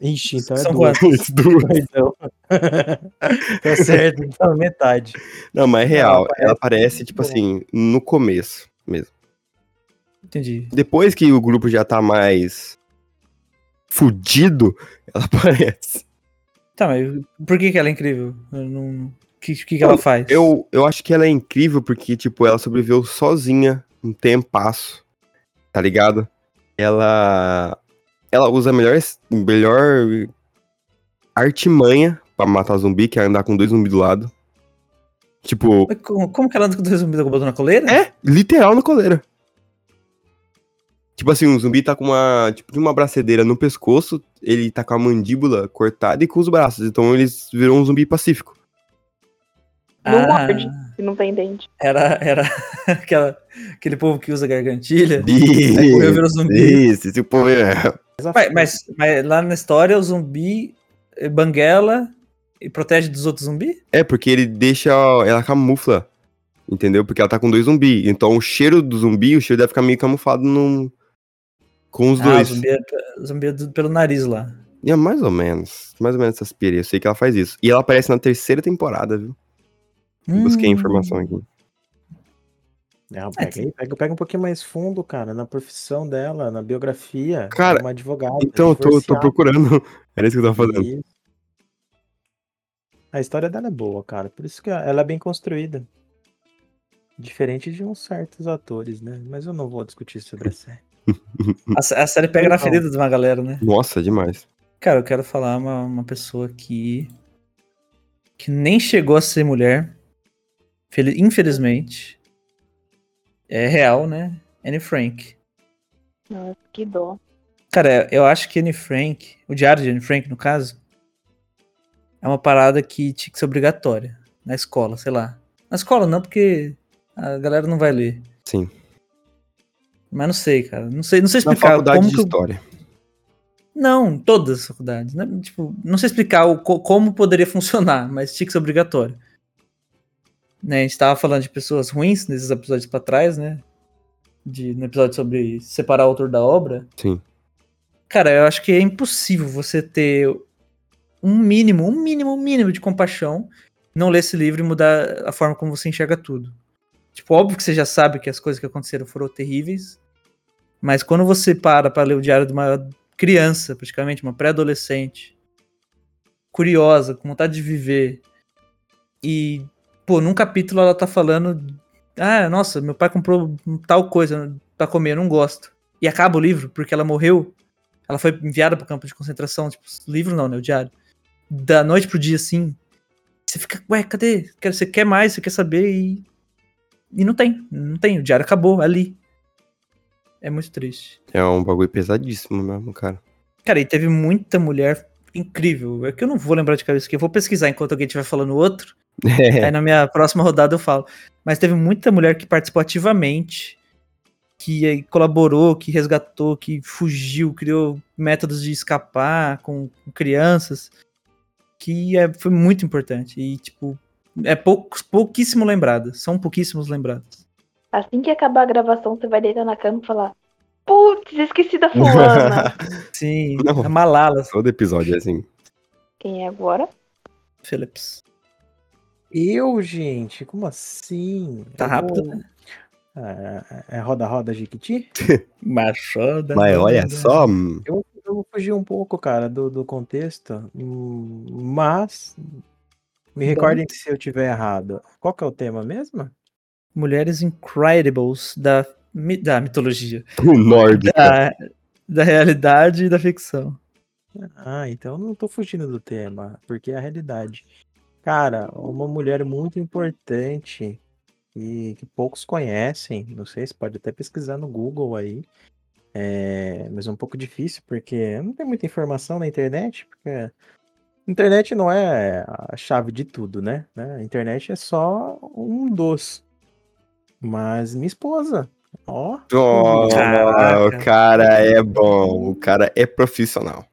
S4: ixi, então é
S1: São
S4: duas.
S1: quantos?
S2: Isso, duas.
S4: Então. tá certo, então metade.
S2: Não, mas é real.
S4: Ela aparece
S2: Ela aparece, tipo assim, no começo mesmo.
S1: Entendi.
S2: Depois que o grupo já tá mais fudido, ela aparece.
S1: Tá, mas por que, que ela é incrível? Eu não... O que, o que, que ela faz?
S2: Eu, eu acho que ela é incrível porque, tipo, ela sobreviveu sozinha um tempasso, tá ligado? Ela ela usa a melhor, melhor artimanha pra matar zumbi, que é andar com dois zumbis do lado. Tipo,
S1: Mas Como, como que ela anda com dois zumbis botou na coleira?
S2: É, literal na coleira. Tipo assim, um zumbi tá com uma, tipo, de uma bracedeira no pescoço, ele tá com a mandíbula cortada e com os braços, então eles virou um zumbi pacífico.
S3: Não
S1: Ah,
S3: morde, se não tem dente.
S1: era era aquela, aquele povo que usa gargantilha. Aí morreu e
S2: Isso,
S1: virou zumbi.
S2: esse povo é-
S1: Mas, mas- mas lá na história, o zumbi eh, banguela e protege dos outros zumbi?
S2: É, porque ele deixa, ela camufla, entendeu? Porque ela tá com dois zumbi, então o cheiro do zumbi, o cheiro deve ficar meio camuflado num... com os
S1: ah,
S2: dois.
S1: o zumbi é, o zumbi é do- pelo nariz lá.
S2: É mais ou menos, mais ou menos essas piras, eu sei que ela faz isso. E ela aparece na terceira temporada, viu? Busquei a
S1: Hum.
S2: informação aqui.
S4: Não, É, pega, aí, pega, pega um pouquinho mais fundo, cara, na profissão dela, na biografia.
S2: Cara,
S4: é uma advogada.
S2: Então, eu tô, tô
S4: divorciada.
S2: procurando. Era isso que eu tava fazendo.
S4: Isso. A história dela é boa, cara. Por isso que ela é bem construída. Diferente de uns certos atores, né? Mas eu não vou discutir sobre a série.
S1: A, sé- a série pega na ferida de uma galera, né?
S2: Nossa, demais.
S1: Cara, eu quero falar uma, uma pessoa que. que nem chegou a ser mulher. Fel- Infelizmente. É real, né? Anne Frank.
S3: Nossa, que dó.
S1: Cara, eu acho que Anne Frank, o diário de Anne Frank, no caso, é uma parada que tinha que ser obrigatória na escola, sei lá. Na escola não, porque a galera não vai ler.
S2: Sim.
S1: Mas não sei, cara. Não sei, não sei
S2: Na
S1: explicar
S2: faculdade
S1: como
S2: de
S1: que o
S2: história.
S1: Não, todas as faculdades. né? Tipo, não sei explicar o co- como poderia funcionar, mas tinha que ser obrigatório. Né, a gente tava falando de pessoas ruins nesses episódios pra trás, né? De, no episódio sobre separar o autor da obra.
S2: Sim.
S1: Cara, eu acho que é impossível você ter um mínimo, um mínimo, um mínimo de compaixão, não ler esse livro e mudar a forma como você enxerga tudo. Tipo, óbvio que você já sabe que as coisas que aconteceram foram terríveis, mas quando você para pra ler o diário de uma criança, praticamente, uma pré-adolescente, curiosa, com vontade de viver. E, pô, num capítulo ela tá falando: Ah, nossa, meu pai comprou tal coisa pra comer, eu não gosto. E acaba o livro, porque ela morreu. Ela foi enviada pro campo de concentração, tipo, livro não, né? O diário. Da noite pro dia, assim. Você fica, ué, cadê? Quer- Você quer mais, você quer saber e. E não tem, não tem. O diário acabou é ali. É muito triste.
S2: É um bagulho pesadíssimo mesmo, cara.
S1: Cara, e teve muita mulher incrível. É que eu não vou lembrar de cabeça aqui. Eu vou pesquisar enquanto alguém estiver falando outro.
S2: É.
S1: Aí na minha próxima rodada eu falo. Mas teve muita mulher que participou ativamente, que eh, colaborou, que resgatou, que fugiu, criou métodos de escapar com, com crianças, que é, foi muito importante. E, tipo, é poucos, pouquíssimo lembrada. São pouquíssimos lembrados.
S3: Assim que acabar a gravação, você vai deitar na cama e falar: Putz, esqueci da fulana.
S1: Sim,
S2: Não.
S1: a Malala
S2: Todo episódio é assim.
S3: Quem é agora?
S1: Phillips.
S4: Eu, gente, como assim?
S1: Tá
S4: Eu
S1: rápido,
S4: vou- Ah, É roda-roda Jiquiti?
S1: Machoda.
S2: Mas olha só. hum,
S4: Eu, eu vou fugir um pouco, cara, do, do contexto, hum, mas me recordem se eu tiver errado. Qual que é o tema mesmo?
S1: Mulheres Incredibles da, mi- da mitologia,
S2: O nórdica.
S1: da, da realidade e da ficção.
S4: Ah, então eu não tô fugindo do tema, porque é a realidade. Cara, uma mulher muito importante e que poucos conhecem, não sei, você pode até pesquisar no Google aí, é, mas é um pouco difícil porque não tem muita informação na internet, porque a internet não é a chave de tudo, né? Né? A internet é só um dos. Mas minha esposa, ó,
S2: Oh,
S1: Caraca.
S2: o cara é bom. O cara é profissional.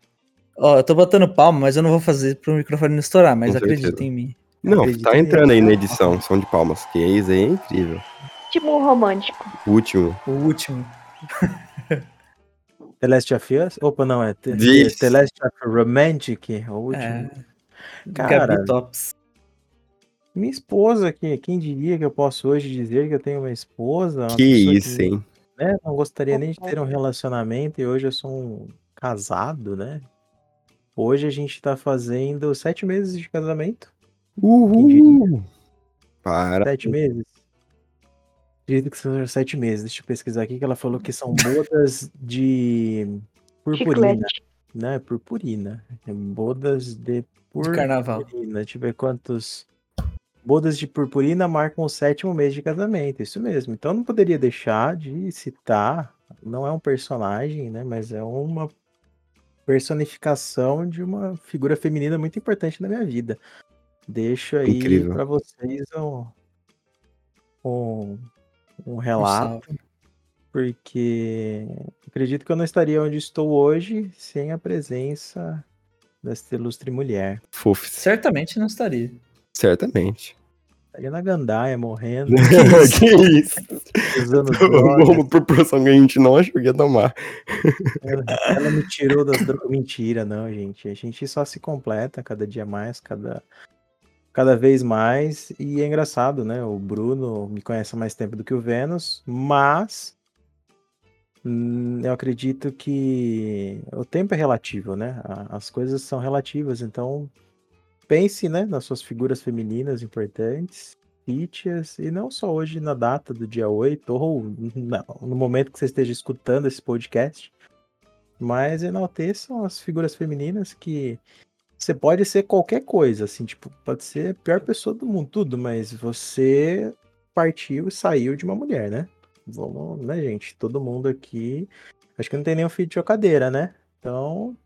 S1: Ó, eu tô botando palma, mas eu não vou fazer pro microfone não estourar, mas
S2: Com certeza.
S1: acredita em mim.
S2: Não,
S1: Acredito
S2: tá
S1: em
S2: entrando aí
S1: mim.
S2: na edição, som de palmas, que isso aí é incrível.
S3: Último Tipo um romântico.
S2: O último.
S1: O último.
S4: The Last of Us? Opa, não, é The,
S2: Diz.
S4: The Last of Romantic, o último.
S1: É.
S4: Cara.
S1: Gabi Tops.
S4: Minha esposa, que quem diria que eu posso hoje dizer que eu tenho uma esposa? uma
S2: que
S4: pessoa
S2: isso, hein?
S4: né, não gostaria nem de ter um relacionamento e hoje eu sou um casado, né? Hoje a gente tá fazendo sete meses de casamento.
S2: Uhul! Para.
S4: Sete meses? Acredito que são sete meses. Deixa eu pesquisar aqui que ela falou que são bodas de purpurina,
S3: Chiclete.
S4: né? Purpurina. É Bodas de
S1: De
S4: purpurina.
S1: carnaval.
S4: Né, Deixa eu ver quantos. Bodas de purpurina marcam o sétimo mês de casamento, isso mesmo. Então não poderia deixar de citar, não é um personagem, né? Mas é uma personificação de uma figura feminina muito importante na minha vida. Deixo aí
S2: Incrível.
S4: para vocês um, um, um relato,
S1: salve.
S4: porque acredito que eu não estaria onde estou hoje sem a presença desta ilustre mulher.
S2: Fofo,
S1: Certamente não estaria.
S2: certamente.
S4: Estaria Tá na gandaia, morrendo,
S2: que isso?
S4: usando
S2: Tá
S4: drogas.
S2: Vamos por proporção que a gente não achou que ia tomar.
S4: Ela, ela me tirou das drogas. Mentira, não, gente. A gente só se completa cada dia mais, cada, cada vez mais. E é engraçado, né? O Bruno me conhece há mais tempo do que o Vênus, mas hum, eu acredito que o tempo é relativo, né? A- As coisas são relativas, então pense né, nas suas figuras femininas importantes. Sítias, e não só hoje na data do dia 8, ou na- no momento que você esteja escutando esse podcast, mas enalteçam as figuras femininas que você pode ser qualquer coisa, assim, tipo, pode ser a pior pessoa do mundo, tudo, mas você partiu e saiu de uma mulher, né? Vamos, né, gente? Todo mundo aqui. Acho que não tem nenhum filho de chocadeira, né? Então.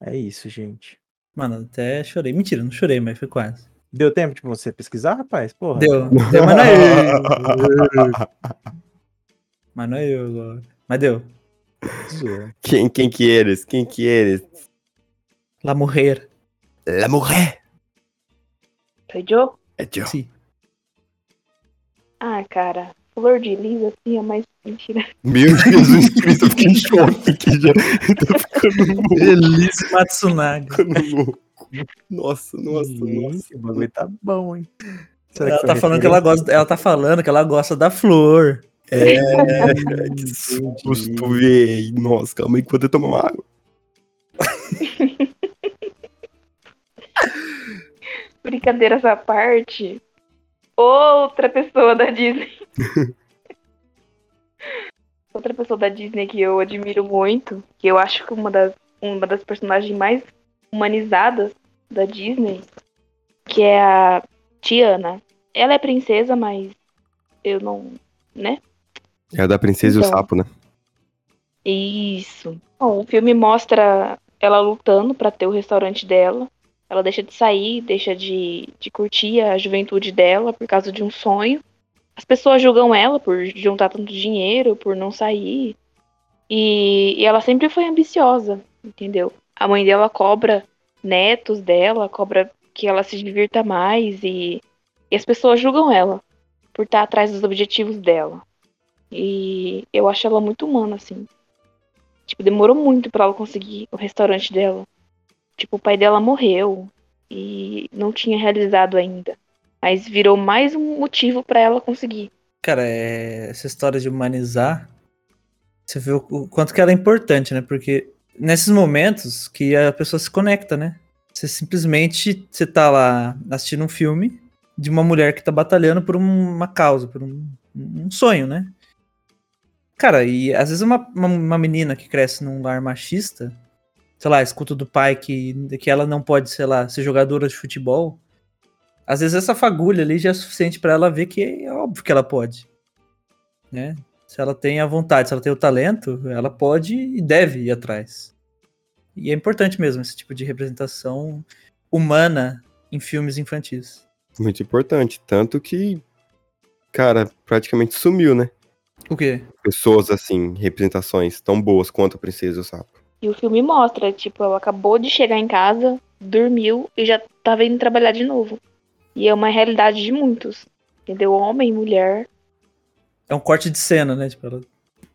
S4: É isso, gente.
S1: Mano, até chorei. Mentira, não chorei, mas foi quase.
S4: Deu tempo de você pesquisar, rapaz? Porra. tá
S1: Deu. Deu, mas não é eu. Mas não é eu agora. Mas deu.
S4: tá Zoeira.
S2: Quem, quem que eles? Quem que eles?
S1: La Morreira.
S2: La mulher!
S3: Foi Joe?
S2: É Joe.
S1: Sim.
S3: Ah, cara. Flor de lis, assim, é mais mentira.
S2: Meu Jesus Cristo, eu fiquei em choque aqui já. Tá ficando louco,
S1: Elise Matsunaga.
S2: ficando louco. Nossa, nossa, nossa.
S4: Gente, o bagulho tá bom, hein? Será
S1: Ela
S4: foi
S1: tá falando que ela gosta. Ela tá falando que ela gosta da flor.
S2: É, que
S4: Entendi.
S2: susto, véi. Nossa, calma aí, enquanto eu tomo uma água.
S3: Brincadeiras à parte, outra pessoa da Disney. outra pessoa da Disney que eu admiro muito, que eu acho que uma das, uma das personagens mais humanizadas da Disney, que é a Tiana. Ela é princesa, mas eu não. né?
S2: É a da princesa e o
S3: Então.
S2: sapo, né?
S3: Isso. Bom, o filme mostra ela lutando pra ter o restaurante dela. Ela deixa de sair, deixa de, de curtir a juventude dela por causa de um sonho. As pessoas julgam ela por juntar tanto dinheiro, por não sair. E, e ela sempre foi ambiciosa, entendeu? A mãe dela cobra netos dela, cobra que ela se divirta mais e, e as pessoas julgam ela por estar atrás dos objetivos dela. E eu acho ela muito humana, assim. Tipo, demorou muito pra ela conseguir o restaurante dela. Tipo, o pai dela morreu e não tinha realizado ainda. Mas virou mais um motivo pra ela conseguir.
S1: Cara, é- essa história de humanizar, você vê o, o quanto que ela é importante, né? Porque nesses momentos que a pessoa se conecta, né? Você simplesmente, você tá lá assistindo um filme de uma mulher que tá batalhando por uma causa, por um, um sonho, né? Cara, e às vezes uma, uma, uma menina que cresce num lar machista, sei lá, escuta do pai que, que ela não pode, sei lá, ser jogadora de futebol, às vezes essa fagulha ali já é suficiente pra ela ver que é óbvio que ela pode, né? Se ela tem a vontade, se ela tem o talento, ela pode e deve ir atrás. E é importante mesmo esse tipo de representação humana em filmes infantis.
S2: Muito importante. Tanto que, cara, praticamente sumiu, né?
S1: O quê?
S2: Pessoas assim, representações tão boas quanto a princesa e o sapo.
S3: E o filme mostra, tipo, ela acabou de chegar em casa, dormiu e já tava indo trabalhar de novo. E é uma realidade de muitos. Entendeu? Homem, mulher.
S1: É um corte de cena, né? Tipo, ela-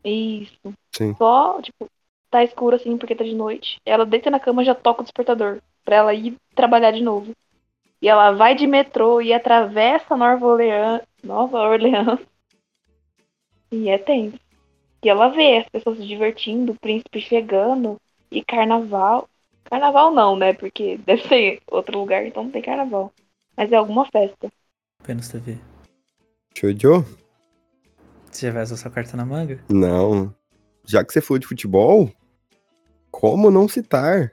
S3: Isso.
S2: Sim.
S3: Só, tipo, tá escuro assim porque tá de noite. Ela deita na cama e já toca o despertador. Pra ela ir trabalhar de novo. E ela vai de metrô e atravessa Nova Orleans. Nova Orleans. E é tenso. E ela vê as pessoas se divertindo, o príncipe chegando. E carnaval. Carnaval não, né? Porque deve ser outro lugar, então não tem carnaval. Mas é alguma festa.
S1: apenas TV.
S2: Jojo?
S1: Você já vai usar sua carta na manga?
S2: Não. Já que você falou de futebol, como não citar?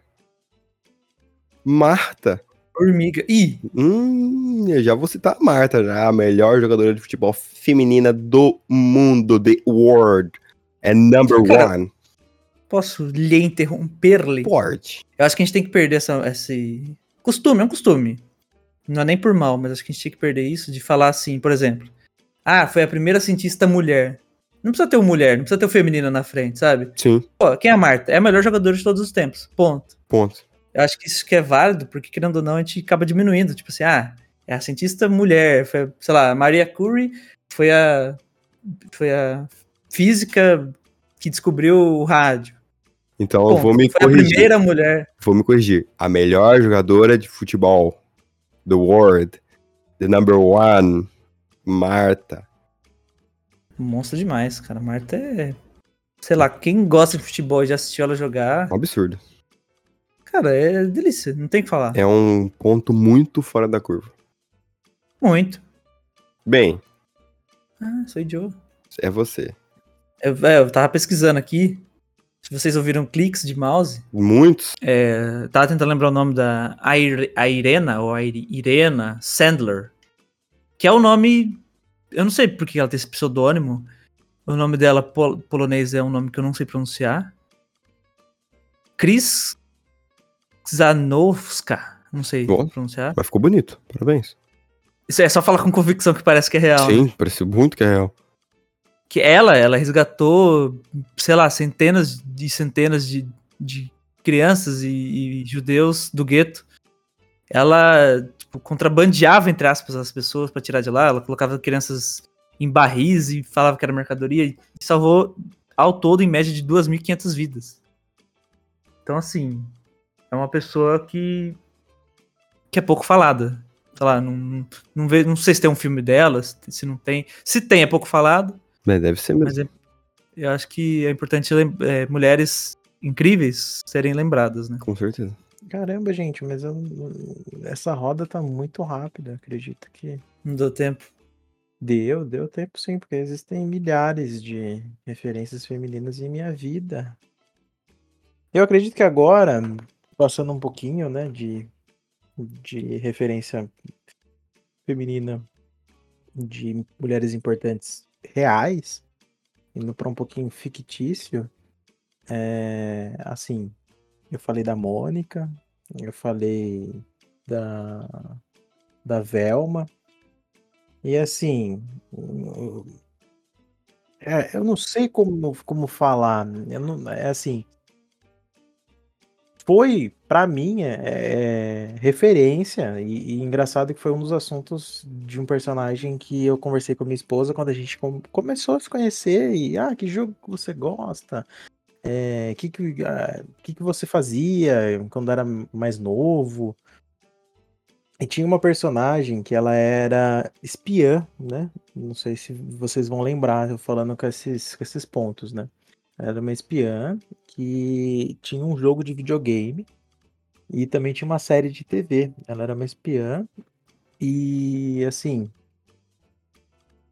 S2: Marta.
S1: Formiga. Ih,
S2: Hum, eu já vou citar a Marta, já, a melhor jogadora de futebol feminina do mundo, the world. É number
S1: Cara,
S2: one.
S1: posso lhe interromper-lhe?
S2: Forte.
S1: Eu acho que a gente tem que perder essa, esse costume, é um costume. Não é nem por mal, mas acho que a gente tinha que perder isso de falar assim, por exemplo. Ah, foi a primeira cientista mulher. Não precisa ter o mulher, não precisa ter o feminino na frente, sabe?
S2: Sim,
S1: Pô, quem é a Marta? É a melhor jogadora de todos os tempos. Ponto.
S2: ponto.
S1: Eu acho que isso que é válido, porque querendo ou não, a gente acaba diminuindo. Tipo assim, ah, é a cientista mulher, foi, a- sei lá, a Maria Curie foi a. Foi a física que descobriu o rádio.
S2: Então eu
S1: Ponto.
S2: vou me
S1: foi a
S2: corrigir.
S1: primeira mulher.
S2: Vou me corrigir. A melhor jogadora de futebol do world, the number one, Marta.
S1: Monstro demais, cara. A Marta é. Sei lá, quem gosta de futebol e já assistiu ela jogar,
S2: Um absurdo.
S1: cara, é delícia, não tem o que falar.
S2: É um ponto muito fora da curva.
S1: Muito.
S2: Bem,
S1: Ah, sou idiota.
S2: é você.
S1: Eu, é, eu tava pesquisando aqui. Se vocês ouviram cliques de mouse,
S2: Muitos.
S1: é, tava tentando lembrar o nome da Air- a Irena, ou a Iri- Irena Sandler, que é o nome. Eu não sei por que ela tem esse pseudônimo. O nome dela pol- polonês é um nome que eu não sei pronunciar. Chris Zanowska. Não sei
S2: Bom.
S1: pronunciar.
S2: Mas ficou bonito. Parabéns.
S1: Isso é só falar com convicção que parece que é real. né?
S2: Sim, pareceu muito que é real.
S1: que ela, ela resgatou, sei lá, centenas de centenas de, de crianças e, e judeus do gueto. Ela tipo, contrabandeava, entre aspas, as pessoas para tirar de lá. Ela colocava crianças em barris e falava que era mercadoria e salvou ao todo, em média, de 2.500 vidas. Então, assim, é uma pessoa que, que é pouco falada. Sei lá, não, não, ve- não sei se tem um filme dela, se- se não tem. Se tem, é pouco falado.
S2: Mas deve ser mesmo.
S1: Mas é- eu acho que é importante lem- é, mulheres incríveis serem lembradas, né?
S2: Com certeza.
S4: Caramba, gente, mas eu não- essa roda tá muito rápida, acredito que.
S1: Não deu tempo.
S4: Deu, deu tempo sim, porque existem milhares de referências femininas em minha vida. Eu acredito que agora, passando um pouquinho, né, de, de referência feminina de mulheres importantes reais, indo para um pouquinho fictício, é, assim, eu falei da Mônica, eu falei da, da Velma. E assim, eu- é, eu não sei como, como falar. Eu não, é assim, foi para mim é, é, referência e, e engraçado que foi um dos assuntos de um personagem que eu conversei com a minha esposa quando a gente com- começou a se conhecer e ah, que jogo que você gosta? É, que que, ah, que que você fazia quando era mais novo? E tinha uma personagem que ela era espiã, né? Não sei se vocês vão lembrar, eu falando com esses, com esses pontos, né? Ela Era uma espiã que tinha um jogo de videogame e também tinha uma série de TV. Ela era uma espiã e, assim.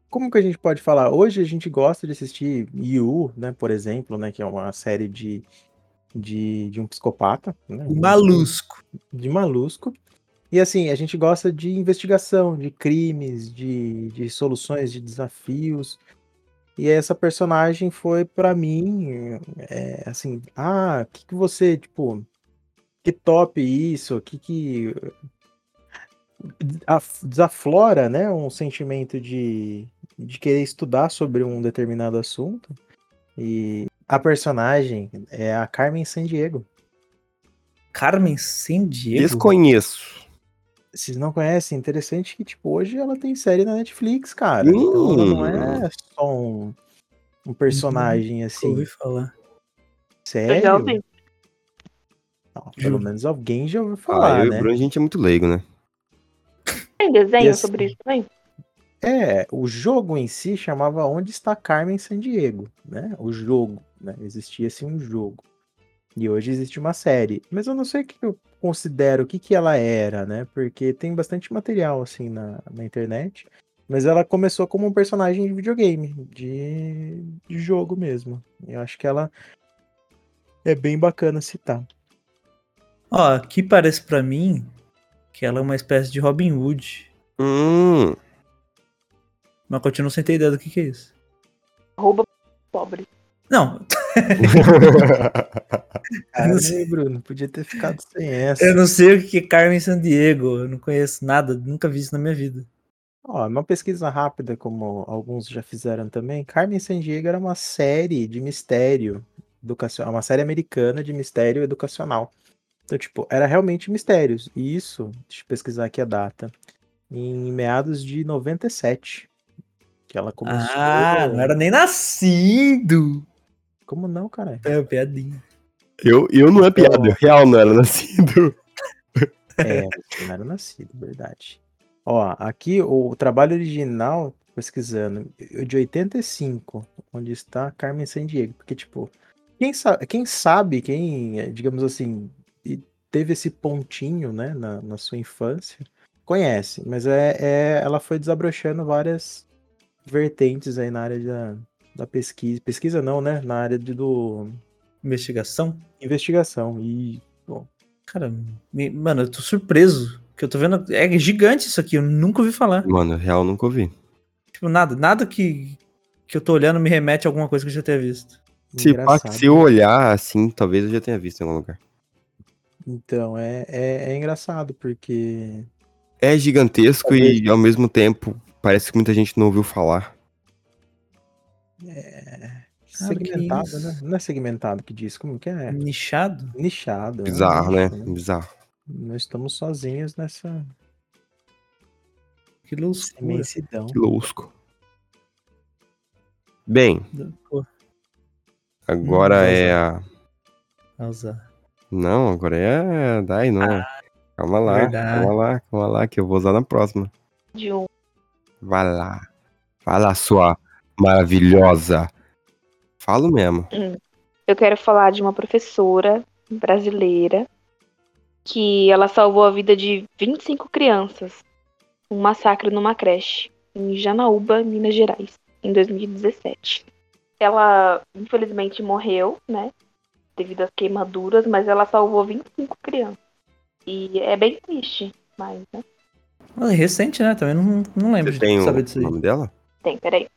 S4: Como que a gente pode falar? Hoje a gente gosta de assistir You, né? Por exemplo, né? Que é uma série de, de, de um psicopata, né?
S1: O Malusco.
S4: de Malusco. E assim, a gente gosta de investigação, de crimes, de, de soluções, de desafios. E essa personagem foi pra mim, é, assim, ah, o que, que você, tipo, que top isso, que que eh, af- desaflora, né, um sentimento de, de querer estudar sobre um determinado assunto. E a personagem é a Carmen Sandiego.
S1: Carmen Sandiego?
S2: Desconheço.
S4: Vocês não conhecem? Interessante que, tipo, hoje ela tem série na Netflix, cara. Então ela não
S2: Hum!
S4: é só um,
S2: Uhum.
S4: um personagem
S1: Nunca ouvi
S4: assim.
S1: falar.
S3: Eu já
S4: Sério?
S3: ouvi.
S4: Não, pelo menos alguém já ouviu
S2: Ah,
S4: falar,
S2: eu e o
S4: né?
S2: Bruno, a gente é muito leigo, né?
S3: Tem desenho
S4: Yes.
S3: sobre isso também?
S4: É, o jogo em si chamava Onde está Carmen Sandiego, né? O jogo, né? Existia assim um jogo. E hoje existe uma série. Mas eu não sei o que eu considero, o que, que ela era, né? Porque tem bastante material assim na, na internet. Mas ela começou como um personagem de videogame, de, de jogo mesmo. Eu acho que ela é bem bacana citar.
S1: Ó, aqui parece pra mim que ela é uma espécie de Robin Hood.
S2: Hum,
S1: Mas continuo sem ter ideia do que, que é isso.
S3: Rouba pobre.
S1: Não,
S4: Cara,
S1: sei.
S4: né, Bruno, podia ter ficado sem essa.
S1: eu não sei o que que é Carmen Sandiego. Eu não conheço nada, nunca vi isso na minha vida.
S4: Ó, uma pesquisa rápida, como alguns já fizeram também, Carmen Sandiego era uma série de mistério educacional, uma série americana de mistério educacional. Então, tipo, era realmente mistérios. E isso, deixa eu pesquisar aqui a data, em meados de 97, que ela começou.
S1: Ah,
S4: assim?
S1: não era nem nascido.
S4: Como não, cara?
S1: É, piadinha.
S2: eu, eu não é piada, eu real não era nascido.
S4: É, você não era nascido, verdade. Ó, aqui o trabalho original, pesquisando, é de 85, onde está Carmen Sandiego. Porque, tipo, quem, sa quem sabe, quem, eh, digamos assim, e teve esse pontinho, né, na, na sua infância, conhece. Mas é, é- ela foi desabrochando várias vertentes aí na área da, da pesquisa. Pesquisa não, né? Na área de, do
S1: Investigação?
S4: investigação. E
S1: Cara, me- mano, eu tô surpreso. Que eu tô vendo. É gigante isso aqui, eu nunca ouvi falar.
S2: Mano, real nunca ouvi.
S1: Tipo, nada, nada que, que eu tô olhando me remete a alguma coisa que eu já tenha visto.
S2: Se, pá, que
S4: engraçado.
S1: né?
S2: se eu olhar assim, talvez eu já tenha visto em algum lugar.
S4: Então, é, é, é engraçado, porque.
S2: É gigantesco e ao mesmo tempo parece que muita gente não ouviu falar.
S4: É
S1: Cara, que
S4: segmentado,
S1: isso. Hum.
S4: né? Não é segmentado que diz, como que é?
S1: Nichado?
S4: Nichado.
S1: Ah,
S4: é um
S2: Bizarro, né?
S4: nicho,
S2: Bizarro.
S4: Nós estamos sozinhos nessa
S1: Que loucura.
S4: imensidão.
S2: Que louco. Bem,
S1: Pô,
S2: agora
S1: Hum,
S2: é a.
S1: Elza.
S2: Não, agora é a Dai, não. calma lá,
S1: Ah, verdade.
S2: calma lá, calma lá, que eu vou usar na próxima.
S3: De um.
S2: Vai lá. Vai lá, sua maravilhosa. Falo mesmo.
S3: Eu quero falar de uma professora brasileira que ela salvou a vida de 25 crianças. Um massacre numa creche em Janaúba, Minas Gerais, em 2017. Ela, infelizmente, morreu, né? Devido às queimaduras, mas ela salvou 25 crianças. E é bem triste, mas, né?
S1: Ah, é recente, né? Também não, não lembro
S2: Você tem
S1: de
S2: o
S1: saber disso aí.
S2: nome dela?
S3: Tem, peraí.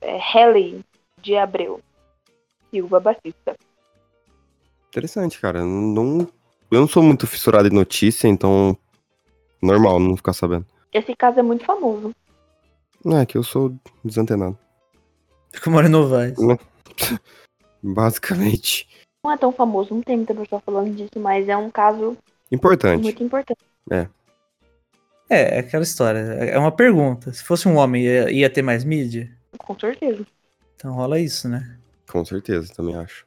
S3: É Helen de Abreu Silva Batista.
S2: Interessante, cara. Eu Não, eu não sou muito fissurado em notícia, então. Normal não ficar sabendo.
S3: Esse caso é muito famoso.
S2: Não, é que eu sou desantenado.
S1: Fico morando em Novaes.
S2: Basicamente.
S3: Não é tão famoso, não tem muita pessoa falando disso, mas é um caso
S2: Importante.
S3: muito importante.
S1: É, é aquela história. É uma pergunta. Se fosse um homem, ia, ia ter mais mídia?
S3: Com certeza.
S1: Então rola isso, né?
S2: Com certeza, também acho.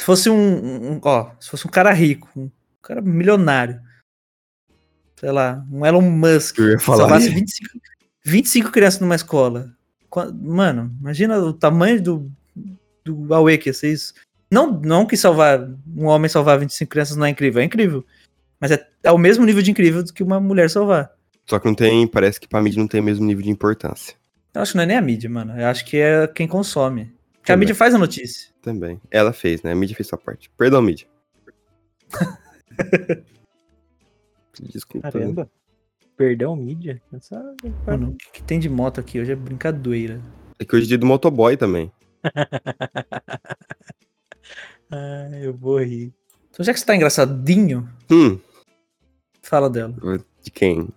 S1: Se fosse um. um- um- ó, se fosse um cara rico, um cara milionário. Sei lá, um Elon Musk.
S2: Eu ia falar
S1: salvasse
S2: isso.
S1: 25, 25 crianças numa escola. Qua- Mano, imagina o tamanho do, do Aue que ia ser isso. Não, não que salvar um homem salvar 25 crianças não é incrível, é incrível. Mas é ao mesmo nível de incrível do que uma mulher salvar.
S2: Só que não tem. Parece que pra mídia não tem o mesmo nível de importância.
S1: Eu acho que não é nem a mídia, mano. Eu acho que é quem consome. Porque a
S2: Também.
S1: mídia faz a notícia.
S2: Também. Ela fez, né? A mídia fez sua parte. Perdão, mídia. Desculpa. né?
S4: Caramba. Perdão, mídia. Essa...
S1: Mano, o que, que tem de moto aqui? Hoje é brincadeira.
S2: É que hoje é dia do motoboy também.
S4: Ah, eu vou rir.
S1: Então, já que você tá engraçadinho,
S2: Hum,
S1: fala dela.
S2: de quem?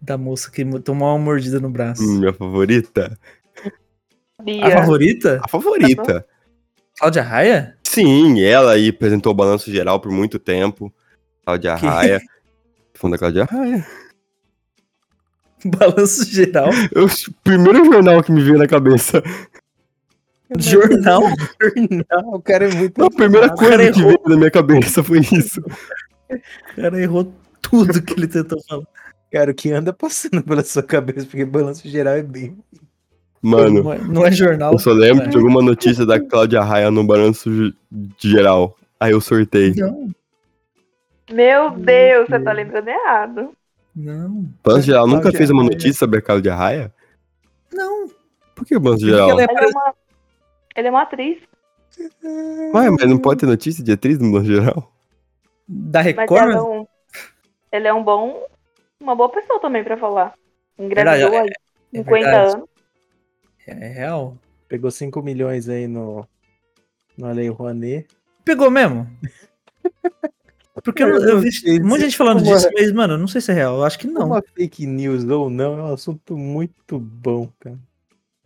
S1: Da moça que mo- tomou uma mordida no braço.
S2: Hum, Minha favorita?
S1: A
S3: sabia.
S1: favorita?
S2: A favorita.
S1: Cláudia Raia?
S2: Sim, ela aí apresentou o balanço geral por muito tempo. Cláudia
S1: Que-
S2: Raia. Funda Cláudia Raia.
S1: Balanço geral.
S2: Eu- O primeiro jornal que me veio na cabeça.
S1: Jornal.
S4: Não, o cara é muito.
S2: Não, a primeira
S4: Ah,
S2: coisa
S1: cara
S2: que veio na minha cabeça foi isso.
S1: O cara errou tudo que ele tentou falar.
S4: Cara, o que anda passando pela sua cabeça, porque balanço geral é bem.
S2: Mano,
S1: Não é, não é jornal.
S2: eu só lembro de alguma notícia da Cláudia Raia no balanço ge- geral. Aí eu sortei.
S1: Não,
S3: Meu Deus, você tá lembrando errado.
S1: não.
S2: Balanço geral nunca
S4: Cláudia
S2: fez uma
S4: Raia.
S2: notícia sobre a Cláudia Raia?
S1: Não.
S2: Por que balanço
S1: Por que
S2: geral?
S1: ela é
S3: Ela é uma, ela é uma atriz,
S1: é
S2: Ué, mas
S1: um
S2: não pode ter notícia de atriz no balanço geral?
S1: da
S3: mas
S1: Record?
S3: ela é, um, ela é um bom. Uma boa pessoa também pra falar.
S1: Verdade,
S3: Engravidou aí,
S1: é
S3: 50
S1: verdade.
S3: anos.
S1: É real.
S4: Pegou 5 milhões aí no. No Alei Rouanet.
S1: Pegou mesmo? Porque eu, eu vi um monte de gente falando
S4: Como é?
S1: disso, mas, mano, eu não sei se é real. Eu acho que não.
S4: Uma fake news ou não, é um assunto muito bom, cara.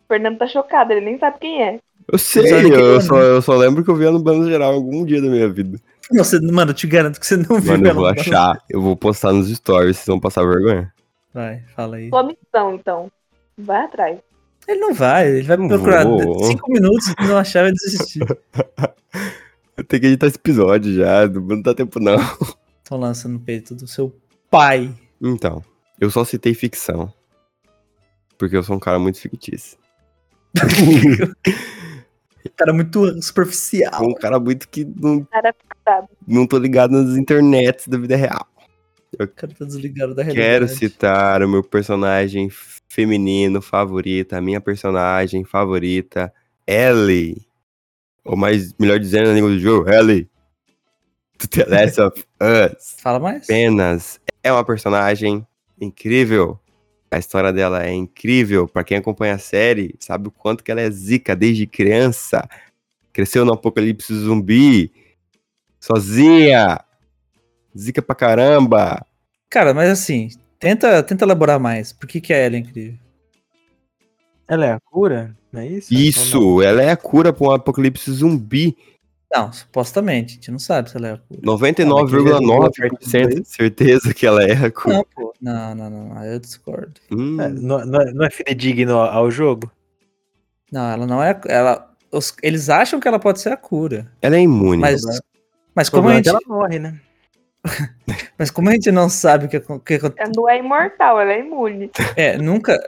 S3: O Fernando tá chocado, ele nem sabe quem é.
S2: Eu sei,
S1: Olha que
S2: eu
S1: bom,
S2: só, eu só lembro que eu via no balanço geral algum dia da minha vida.
S1: Não, você- mano, eu te garanto que você não viu
S2: Mano, eu
S1: ela.
S2: vou achar. Eu vou postar nos stories, vocês vão passar vergonha.
S1: Vai, fala aí.
S3: Sua missão, então. Vai atrás.
S1: Ele não vai, ele vai
S2: Não
S1: procurar
S2: vou.
S1: cinco minutos e não achar vai desistir.
S2: Eu tenho que editar esse episódio já, não dá tempo não.
S1: Estão lançando no peito do seu pai.
S2: Então, eu só citei ficção. Porque eu sou um cara muito fictício.
S1: Cara muito superficial.
S2: Sou um cara muito que não,
S3: Cara fixado.
S2: não tô ligado nas internets da vida real.
S1: O cara tá desligado da realidade.
S2: Quero citar o meu personagem feminino favorito, a minha personagem favorita, Ellie. Ou mais, melhor dizendo, na língua do jogo, Ellie. Do The Last of Us.
S1: Fala mais.
S2: apenas é uma personagem incrível. A história dela é incrível. Pra quem acompanha a série, sabe o quanto que ela é zica desde criança. Cresceu no apocalipse zumbi. Sozinha. Zica pra caramba.
S1: Cara, mas assim, tenta, tenta elaborar mais. Por que, que a Ellie é incrível?
S4: Ela é a cura? Não é isso? Ou
S2: Isso, ela é a cura pra um apocalipse zumbi.
S1: Não, supostamente. A gente não sabe se ela é a cura.
S2: 99,9% de certeza que ela é a cura.
S1: Não, pô. Não, não, não. não, Eu discordo.
S2: Hum,
S4: Não, É, não, não é- não é fidedigno ao- ao jogo?
S1: Não, ela não é. a- Ela, os- eles acham que ela pode ser a cura.
S2: ela é imune.
S1: Mas,
S4: problema-
S1: mas,
S4: Como
S1: como a gente,
S4: ela morre, né?
S1: mas como a gente não sabe o que, acon- que acon-
S3: Ela não é imortal, ela é imune.
S1: É, nunca,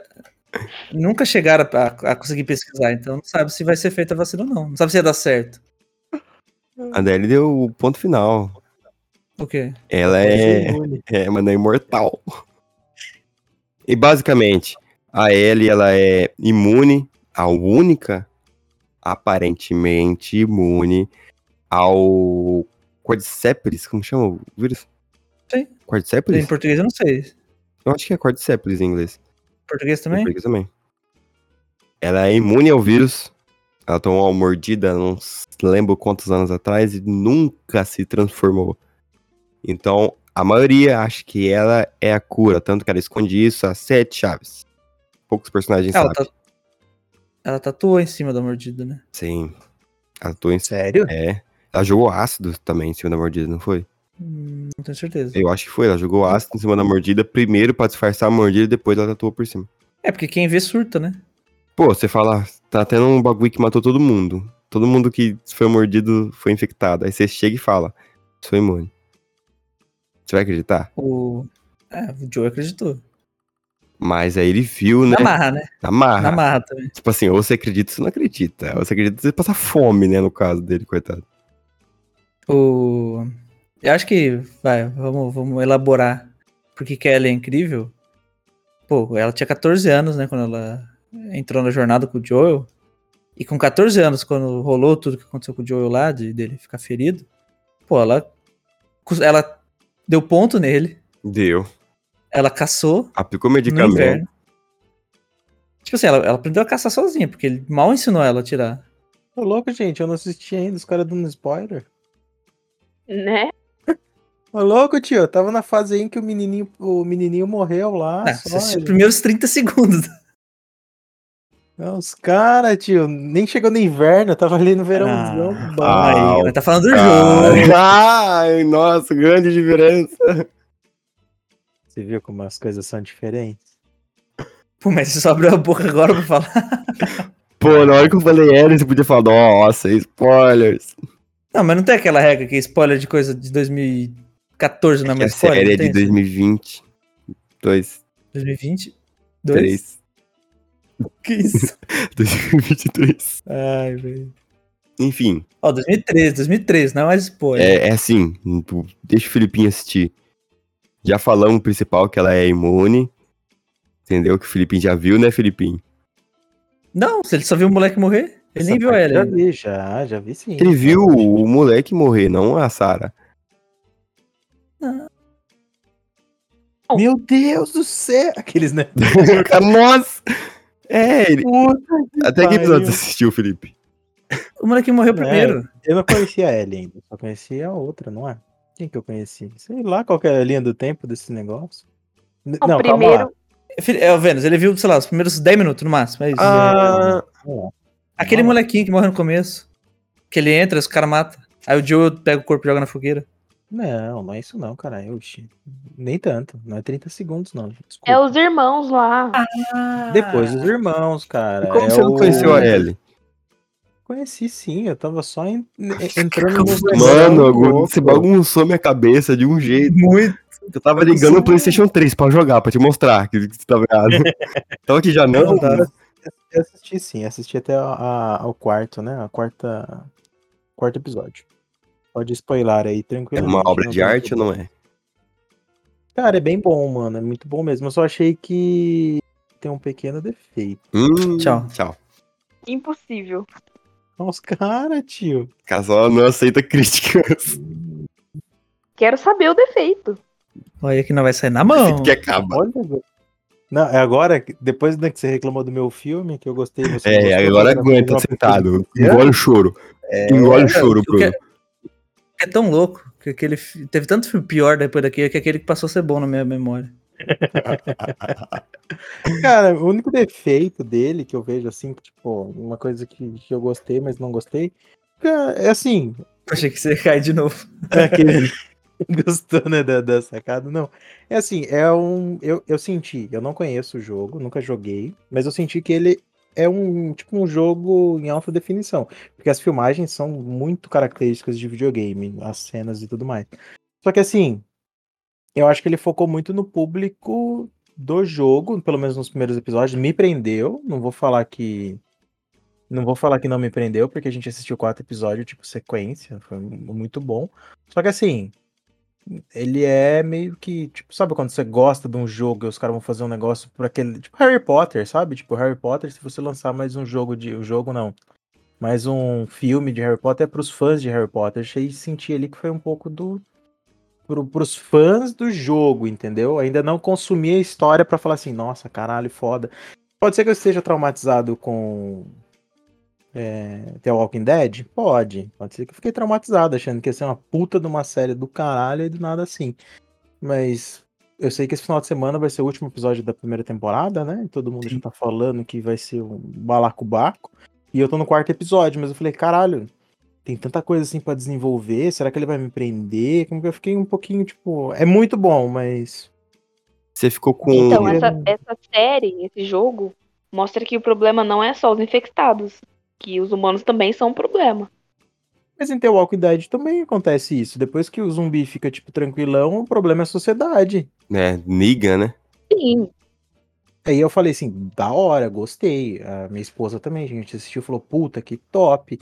S1: nunca chegaram a, a conseguir pesquisar, então não sabe se vai ser feita a vacina ou não. Não sabe se ia dar certo.
S2: A Deli deu o ponto final.
S1: O quê?
S2: Ela é. É, mano, é imortal. E basicamente, a Ellie ela é imune, a única aparentemente imune ao Cordyceps, como chama o vírus?
S1: Sim. Em
S2: Cordyceps?
S1: português eu não sei. Em
S2: Eu acho que é Cordyceps em inglês.
S1: português
S2: Em
S1: também?
S2: português também. Ela é imune ao vírus. Ela tomou uma mordida, não s- lembro quantos anos atrás, e nunca se transformou. Então, a maioria acha que ela é a cura, tanto que ela esconde isso a sete chaves. Poucos personagens
S1: Ela, tá-
S2: sabem.
S1: ta- ela tatuou em cima da mordida, né?
S2: Sim. Ela atuou em série.
S4: Sério?
S2: É. Ela jogou ácido também em cima da mordida, não foi?
S1: Hum, Não tenho certeza.
S2: Eu acho que foi. Ela jogou ácido em cima da mordida, primeiro pra disfarçar a mordida, depois ela tatuou por cima.
S1: É porque quem vê surta, né?
S2: Pô, você fala, tá tendo um bagulho que matou todo mundo. Todo mundo que foi mordido foi infectado. Aí você chega e fala, sou imune. Você vai acreditar?
S1: O, é, o Joe acreditou.
S2: Mas aí ele viu, né?
S1: Na marra, né?
S2: Na marra.
S1: Na marra também.
S2: Tipo assim, ou você acredita ou você não acredita. Ou você acredita você passa fome, né? No caso dele, coitado.
S1: O... Eu acho que, vai, vamos, vamos elaborar porque que ela é incrível. Pô, ela tinha 14 anos, né, quando ela entrou na jornada com o Joel. E com 14 anos, quando rolou tudo que aconteceu com o Joel lá, de, dele ficar ferido, pô, ela, cus- ela deu ponto nele,
S2: Deu.
S1: ela caçou
S2: Aplicou
S1: no
S2: medicamento.
S1: inverno. Tipo assim, ela, ela aprendeu a caçar sozinha, porque ele mal ensinou ela a tirar.
S4: Tô louco, gente. Eu não assisti ainda, os caras dando spoiler.
S3: Né?
S4: Ô louco, tio. Eu tava na fase aí em que o menininho, o menininho morreu lá.
S1: Ah,
S4: só,
S1: você assistiu os
S4: ele-
S1: primeiros 30 segundos.
S4: Não, os caras, tio, nem chegou no inverno, tava ali no verãozão.
S1: Ah,
S4: bom.
S2: Ah,
S1: Aí,
S2: o
S1: mas tá falando do jogo.
S2: Ai, nossa, grande diferença.
S4: Você viu como as coisas são diferentes?
S1: Pô, mas você só abriu a boca agora pra falar.
S2: Pô, na hora que eu falei ela, você podia falar, nossa, é spoilers.
S1: Não, mas não tem aquela regra que é spoiler de coisa de 2014 na
S2: Que
S1: minha
S2: a
S1: escola?
S2: série é
S1: não tem?
S2: de 2020. Dois,
S1: 2020? Dois?
S2: três,
S1: Que isso?
S2: 2023.
S1: Ai, velho.
S2: Enfim,
S1: Ó, 2013, 2013, não é mais spoiler.
S2: é, é assim. tu- Deixa o Filipinho assistir. Já falamos o principal, que ela é imune. Entendeu? Que o Filipinho já viu, né, Filipinho?
S1: Não, se ele só viu o moleque morrer, ele nem
S4: Essa
S1: viu
S4: parte
S1: ela.
S4: Já
S1: ainda.
S4: vi, já, já vi sim.
S2: Ele viu o moleque morrer, não a Sarah.
S4: Meu Deus do céu! Aqueles, né?
S2: Nossa! É, ele...
S4: Puta
S2: até que episódio
S4: pariu.
S2: você assistiu, Felipe?
S1: O moleque morreu
S4: É.
S1: primeiro.
S4: Eu não conhecia a Ellie ainda, só conhecia a outra, não é? Quem que eu conheci? Sei lá qual que é a linha do tempo desse negócio. N-
S3: O
S4: não, calma lá.
S3: primeiro,
S1: Fi- É o Vênus, ele viu, sei lá, os primeiros 10 minutos no máximo. É isso.
S2: Ah,
S1: Aquele
S4: não.
S1: molequinho que morre no começo. Que ele entra, os caras matam. Aí o Joe pega o corpo e joga na fogueira.
S4: Não, não é isso não, cara. Oxi. Nem tanto. Não é 30 segundos, não. Desculpa.
S3: é os irmãos lá.
S4: Ah. Depois os irmãos, cara.
S2: como
S4: é
S2: você não
S4: o-
S2: conheceu a Ellie?
S4: Conheci sim, eu tava só en- en- entrando um no
S2: Mano, agora você bagunçou minha cabeça de um jeito.
S1: Muito.
S2: Eu tava ligando o PlayStation 3 pra jogar, pra te mostrar que que você tava errado. Então aqui já não.
S1: Não dá.
S4: Eu assisti sim, assisti até a- a- ao quarto, né? A quarta. Quarto episódio. Pode spoiler aí,
S2: É
S4: tranquilo.
S2: uma obra de arte ou não é?
S4: Cara, é bem bom, mano. É muito bom mesmo. Eu só achei que tem um pequeno defeito.
S2: Hum,
S1: Tchau.
S2: Tchau.
S3: Impossível.
S4: Nossa, cara, tio.
S2: O cara só não aceita críticas.
S3: Quero saber o defeito.
S1: Olha que não vai sair na
S2: Assim
S1: mão.
S2: que acaba.
S4: Olha. velho. Não, é agora, que- depois né, que você reclamou do meu filme, que eu gostei. Você não
S2: É,
S4: gostou,
S2: agora
S4: eu gravei
S2: aguenta
S4: uma
S2: sentado.
S4: É?
S2: Engole o choro. Engole o choro,
S1: eu
S2: Bruno.
S1: quero- É tão louco que aquele fi- teve tanto filme pior depois daquele que aquele que passou a ser bom na minha memória.
S4: Cara, o único defeito dele que eu vejo, assim, que, tipo, uma coisa que, que eu gostei, mas não gostei, cara, é assim,
S1: Achei que você ia cair de novo.
S4: é aquele- gostou, né, da, da sacada? Não, é assim, é um, eu, eu senti, eu não conheço o jogo, nunca joguei, mas eu senti que ele é um, tipo, um jogo em alta definição, porque as filmagens são muito características de videogame, as cenas e tudo mais. Só que assim, eu acho que ele focou muito no público do jogo, pelo menos nos primeiros episódios, me prendeu. Não vou falar que. Não vou falar que não me prendeu, porque a gente assistiu quatro episódios, tipo, sequência, foi mu- muito bom. Só que assim, ele é meio que, tipo, sabe quando você gosta de um jogo e os caras vão fazer um negócio por aquele. Tipo Harry Potter, sabe? Tipo, Harry Potter, se você lançar mais um jogo de. Um jogo não. Mais um filme de Harry Potter é pros fãs de Harry Potter. Achei senti ali que foi um pouco do pro, pros fãs do jogo, entendeu? Ainda não consumi a história pra falar assim, nossa, caralho, foda. Pode ser que eu esteja traumatizado com é, The Walking Dead? Pode. Pode ser que eu fiquei traumatizado, achando que ia ser uma puta de uma série do caralho e do nada assim. Mas eu sei que esse final de semana vai ser o último episódio da primeira temporada, né? Todo mundo já tá falando que vai ser um balacobaco. E eu tô no quarto episódio, mas eu falei, caralho, tem tanta coisa assim pra desenvolver, será que ele vai me prender? Como que eu fiquei um pouquinho, tipo, é muito bom, mas
S2: Você ficou com.
S3: Então,
S4: é-
S3: essa, essa série, esse jogo, mostra que o problema não é só os infectados. Que os humanos também são um problema.
S4: mas em The Walking Dead também acontece isso. Depois que o zumbi fica tipo tranquilão, o problema é a sociedade.
S2: É, niga, né?
S3: Sim.
S4: Aí eu falei assim, da hora, gostei. A minha esposa também, a gente assistiu, falou, puta, que top.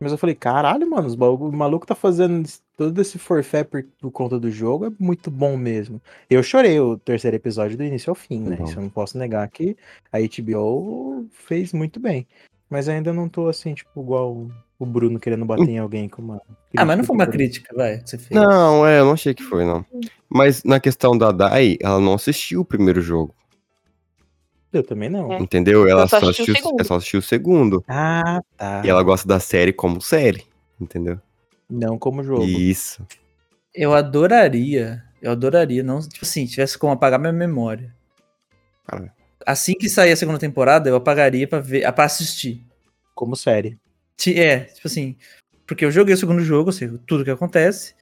S4: Mas eu falei, caralho, mano, os baú- o maluco tá fazendo esse- todo esse forfé por, por conta do jogo, é muito bom mesmo. Eu chorei o terceiro episódio do início ao fim, né?
S2: Bom.
S4: Isso eu não posso negar que a HBO fez muito bem. Mas ainda não tô assim, tipo, igual o- o Bruno querendo bater em alguém com uma.
S1: Ah, mas não foi uma
S4: crítica.
S1: crítica, vai. que Você fez.
S2: Não, é, eu não achei que foi, não.
S3: Hum.
S2: Mas na questão da Dai, ela não assistiu o primeiro jogo,
S4: Eu também não.
S3: É.
S2: entendeu? Ela
S3: só
S2: só
S3: assisti o
S2: assistiu,
S3: segundo.
S2: ela só assistiu o segundo.
S4: Ah, tá.
S2: E ela gosta da série como série, entendeu?
S4: Não como jogo.
S2: Isso.
S1: Eu adoraria. Eu adoraria, não. Tipo assim, tivesse como apagar minha memória.
S2: Cara.
S1: assim que sair a segunda temporada, eu apagaria pra ver, para assistir.
S4: Como série.
S1: Ti- É, tipo assim, porque eu joguei o segundo jogo, eu sei tudo que acontece,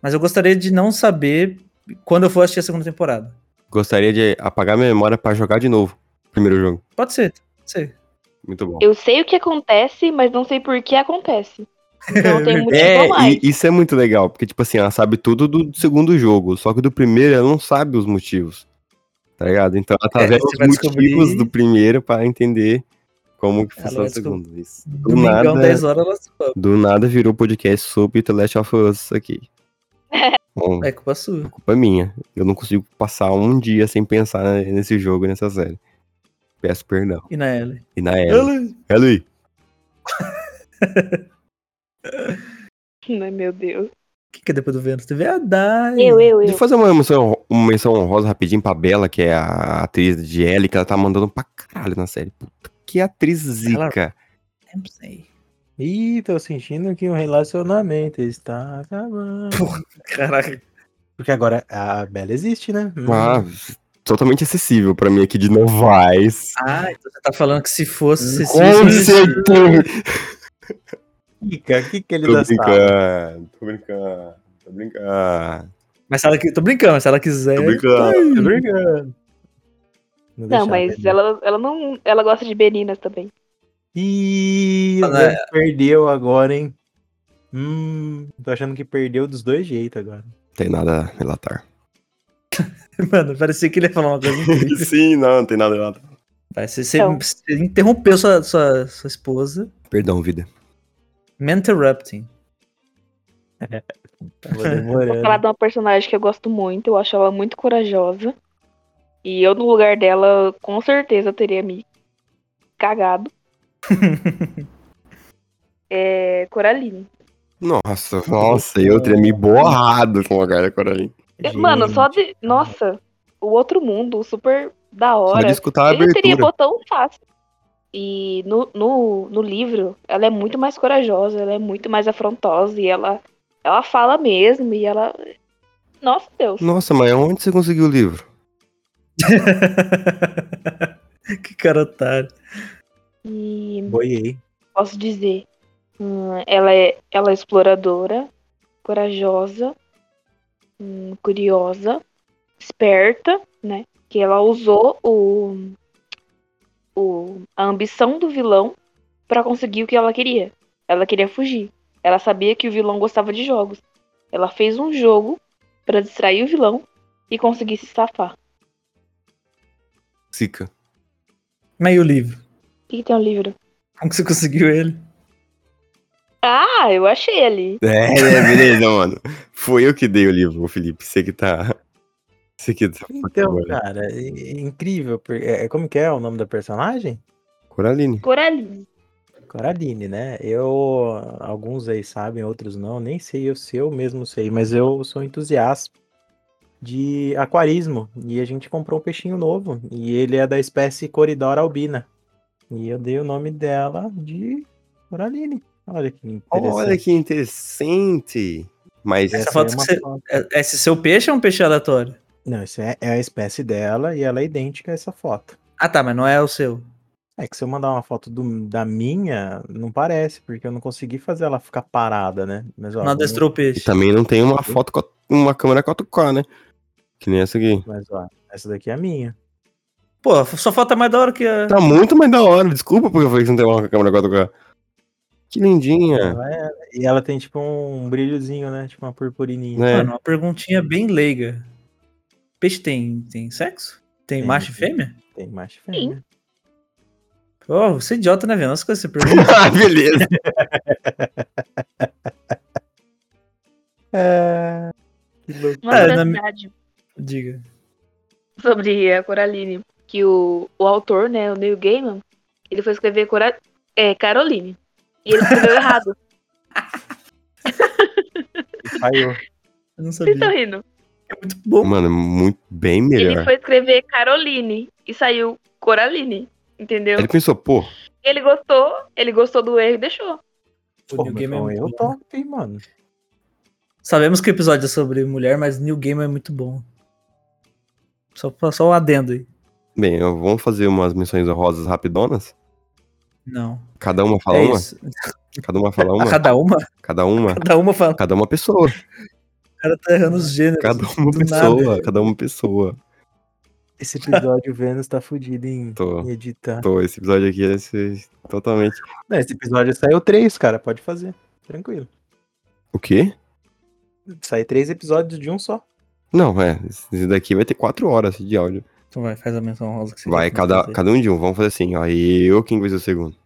S1: mas eu gostaria de não saber quando eu for assistir a segunda temporada.
S2: Gostaria de apagar minha memória pra jogar de novo. Primeiro jogo.
S1: Pode ser, pode ser.
S2: Muito bom.
S3: Eu sei o que acontece, mas não sei por que acontece. Então eu tenho motivo a
S2: É,
S3: mais.
S2: e isso é muito legal, porque, tipo assim, ela sabe tudo do segundo jogo, só que do primeiro ela não sabe os motivos. Tá ligado? Então
S1: É,
S2: ela atravessa
S1: você
S2: os
S1: vai
S2: motivos
S1: descobrir-
S2: do primeiro pra entender como que
S1: Ela
S2: funciona
S1: vai
S2: o segundo. Isso. Do
S1: Domingão,
S2: nada, é.
S1: 10 horas, ela sobe.
S2: do nada virou podcast sobre The Last of Us aqui. Bom,
S1: É culpa sua.
S2: culpa minha. Eu não consigo passar um dia sem pensar nesse jogo, e nessa série. Peço perdão.
S1: E na Ellie.
S2: E na É Ellie. Ellie.
S3: Ai, né, meu Deus.
S1: O que, que é depois do vento? Teve a Dai.
S3: Eu, eu,
S2: Deixa eu
S3: eu.
S2: fazer uma menção, uma menção honrosa rapidinho pra Bela, que é a atriz de Ellie, que ela tá mandando pra caralho na série. Puta, que atriz zica.
S1: Não sei.
S4: Ih, tô sentindo que o relacionamento está acabando.
S1: Caraca.
S4: Porque agora a Bela existe, né? Hum.
S2: Ah, totalmente acessível pra mim aqui de Novais.
S1: Ah, então você tá falando que se fosse. se- se-
S2: Com
S1: se-
S2: certeza.
S4: Kika, o que que ele
S2: Tô
S4: dançava?
S2: brincando, tô brincando, tô brincando.
S1: Mas se ela que- tô brincando, se ela quiser.
S2: Tô brincando.
S4: Tô brincando.
S3: Não,
S4: deixava
S3: mas
S4: ele.
S3: ela, ela não. Ela gosta de Beninas também.
S4: Ih, o
S1: Ah, não,
S4: Dani
S2: é.
S4: perdeu agora, hein? Hum, tô achando que perdeu dos dois jeitos agora.
S2: Tem nada a relatar.
S1: Mano, parecia que ele ia falar uma coisa incrível.
S2: Sim, não, não tem nada a relatar.
S1: Vai, você, você-
S3: Então.
S1: você interrompeu sua, sua, sua esposa.
S2: Perdão, vida.
S1: Me interrupting.
S4: Tava
S3: Vou falar
S4: demorando.
S3: de é uma personagem que eu gosto muito, eu acho ela muito corajosa. E eu, no lugar dela, com certeza teria me cagado. é. Coraline.
S2: Nossa, nossa, eu teria me borrado com a cara Coraline.
S3: Eu- É, Mano,
S4: Gente,
S3: só de. Nossa, o outro mundo, super da
S2: Só
S3: hora.
S2: de escutar a
S3: Eu não teria
S2: abertura.
S3: botão fácil. E no, no, no livro, ela é muito mais corajosa, ela é muito mais afrontosa e ela, ela fala mesmo e ela. Nossa Deus.
S2: Nossa, mas onde você conseguiu o livro?
S1: que cara otário.
S3: E
S4: Boiei.
S3: posso dizer, hum, ela, é, ela é exploradora, corajosa, hum, curiosa, esperta, né? Que ela usou o, o, a ambição do vilão pra conseguir o que ela queria. Ela queria fugir. Ela sabia que o vilão gostava de jogos. Ela fez um jogo pra distrair o vilão e conseguir se safar.
S2: Sica.
S1: Meio livro.
S3: O que, que tem o livro?
S1: Como que você conseguiu ele?
S3: Ah, eu achei ali.
S2: É, é, beleza, mano. Foi eu que dei o livro, ô Felipe. Você que tá. Você que tá.
S4: Então,
S2: Olha,
S4: cara, é- é incrível. por- é- é- como que é o nome da personagem?
S2: Coraline.
S3: Coraline.
S4: Coraline, né? Eu, alguns aí sabem, outros não, nem sei, eu sei, eu mesmo sei, mas eu sou entusiasta de aquarismo e a gente comprou um peixinho novo e ele é da espécie Coridora albina e eu dei o nome dela de Coraline. Olha que interessante.
S2: Olha que interessante. Mas
S1: Essa
S4: Essa
S1: foto
S4: é uma
S1: que você-
S4: foto.
S1: É- Esse seu peixe é um peixe aleatório?
S4: Não, isso é, é a espécie dela e ela é idêntica a essa foto.
S1: Ah, tá, mas não é o seu.
S4: É que se eu mandar uma foto do- da minha, não parece, porque eu não consegui fazer ela ficar parada, né? Mas, ó,
S1: Não
S4: vamos-
S1: adestrou o
S2: e
S1: peixe.
S2: também não tem uma foto com uma câmera 4K, né? Que nem essa aqui.
S4: Mas ó, essa daqui é a minha.
S1: Pô, só falta mais da hora que a.
S2: Tá muito mais da hora. Desculpa porque eu falei que não tem uma câmera 4K. Que lindinha.
S4: Ela é- e ela tem tipo um brilhozinho, né? Tipo uma purpurininha.
S2: Né?
S1: Mano, uma perguntinha bem leiga. Peixe tem, tem sexo? Tem,
S4: Tem.
S1: macho e fêmea?
S4: Tem né? macho e fêmea.
S1: Pô, você é idiota, né, velho? Nossa, coisa você pergunta.
S2: Ah, beleza.
S4: É... Que louco.
S3: Uma
S1: É, na-
S3: curiosidade.
S1: Diga.
S3: sobre a Coraline, que o, o autor, né, o Neil Gaiman, ele foi escrever Cora, é, Caroline. E ele escreveu errado.
S4: Saiu.
S1: Eu não
S3: Vocês
S1: sabia.
S2: Então,
S3: estão rindo?
S1: É muito bom.
S2: Mano, muito bem
S3: Ele
S2: melhor.
S3: foi escrever Caroline e saiu Coraline, entendeu?
S2: Ele pensou, pô,
S3: Ele gostou, ele gostou do erro e deixou.
S1: O
S2: então,
S4: Pô,
S1: New
S4: mas
S1: Game é
S4: foi
S1: muito
S4: eu
S1: bom.
S4: top, hein, mano.
S1: Sabemos que o episódio é sobre mulher, mas New Game é muito bom. Só, só um adendo aí.
S2: Bem, eu- vamos fazer umas missões honrosas rapidonas?
S1: Não.
S2: Cada uma fala
S1: é
S2: uma?
S1: isso.
S2: Cada uma fala
S1: A
S2: uma?
S1: cada uma?
S2: Cada uma?
S1: Cada uma fala.
S2: Cada uma pessoa.
S1: O cara tá errando os gêneros.
S2: Cada uma
S1: do
S2: pessoa. Cada uma pessoa.
S4: Esse episódio o Vênus tá fudido em,
S2: Tô,
S4: em editar.
S2: tô. Esse episódio aqui é esse- totalmente.
S4: Não, esse episódio saiu três, cara. Pode fazer. Tranquilo.
S2: O quê?
S4: Sai três episódios de um só.
S2: Não, é. Esse daqui vai ter quatro horas de áudio.
S1: Então vai, faz a menção rosa que você
S2: Vai,
S1: quer
S2: cada,
S1: fazer.
S2: cada um de um. Vamos fazer assim, ó. E eu quem vai ser o segundo.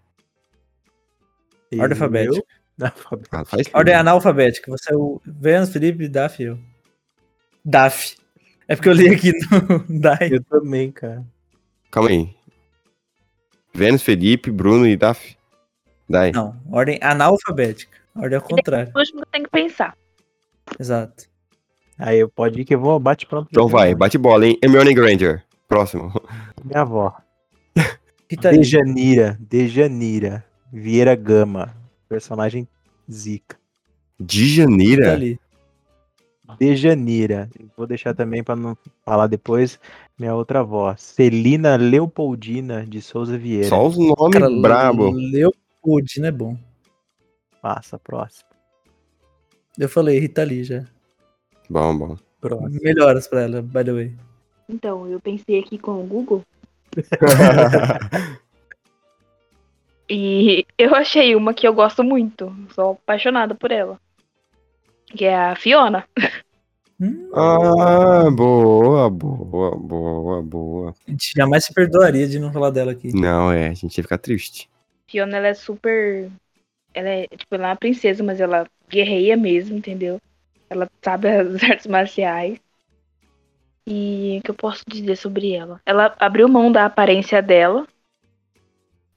S4: E
S1: Ordem alfabética.
S4: eu- Alfabética.
S2: Ah, faz tudo.
S1: Ordem analfabética. Você é o Vênus, Felipe, Daf e eu. Daf. É porque eu li aqui no Dai.
S4: Eu também, cara.
S2: Calma aí. Vênus, Felipe, Bruno e Daf. Dai.
S1: Não, ordem analfabética. Ordem ao contrário.
S3: O último que tem que pensar.
S1: Exato.
S4: Aí eu pode ir que eu vou bate pronto.
S2: Então vai, bate bola, hein? Hermione Granger. Próximo.
S4: Minha avó.
S1: Rita Lee.
S4: Dejanira. Dejanira. Vieira Gama. Personagem zica.
S2: De
S1: Rita
S2: Janeira.
S1: Lee.
S4: Dejanira. Ah. Vou deixar também pra não falar depois minha outra avó. Celina Leopoldina de Souza Vieira.
S2: Só os nomes
S1: Cara,
S2: brabo.
S1: Leopoldina é bom.
S4: Passa, próximo.
S1: Eu falei Rita Lee já.
S2: Bom, bom.
S4: Próximo.
S1: Melhoras pra ela, by the way.
S3: Então, eu pensei aqui com o Google e eu achei uma que eu gosto muito. Sou apaixonada por ela. Que é a Fiona.
S1: Hum,
S2: ah, boa, boa, boa, boa.
S1: a gente jamais se perdoaria de não falar dela aqui.
S2: Não, é, a gente ia ficar triste.
S3: Fiona, ela é super. Ela é, tipo, ela é uma princesa, mas ela guerreia mesmo, entendeu? Ela sabe as artes marciais. E o que eu posso dizer sobre ela? Ela abriu mão da aparência dela,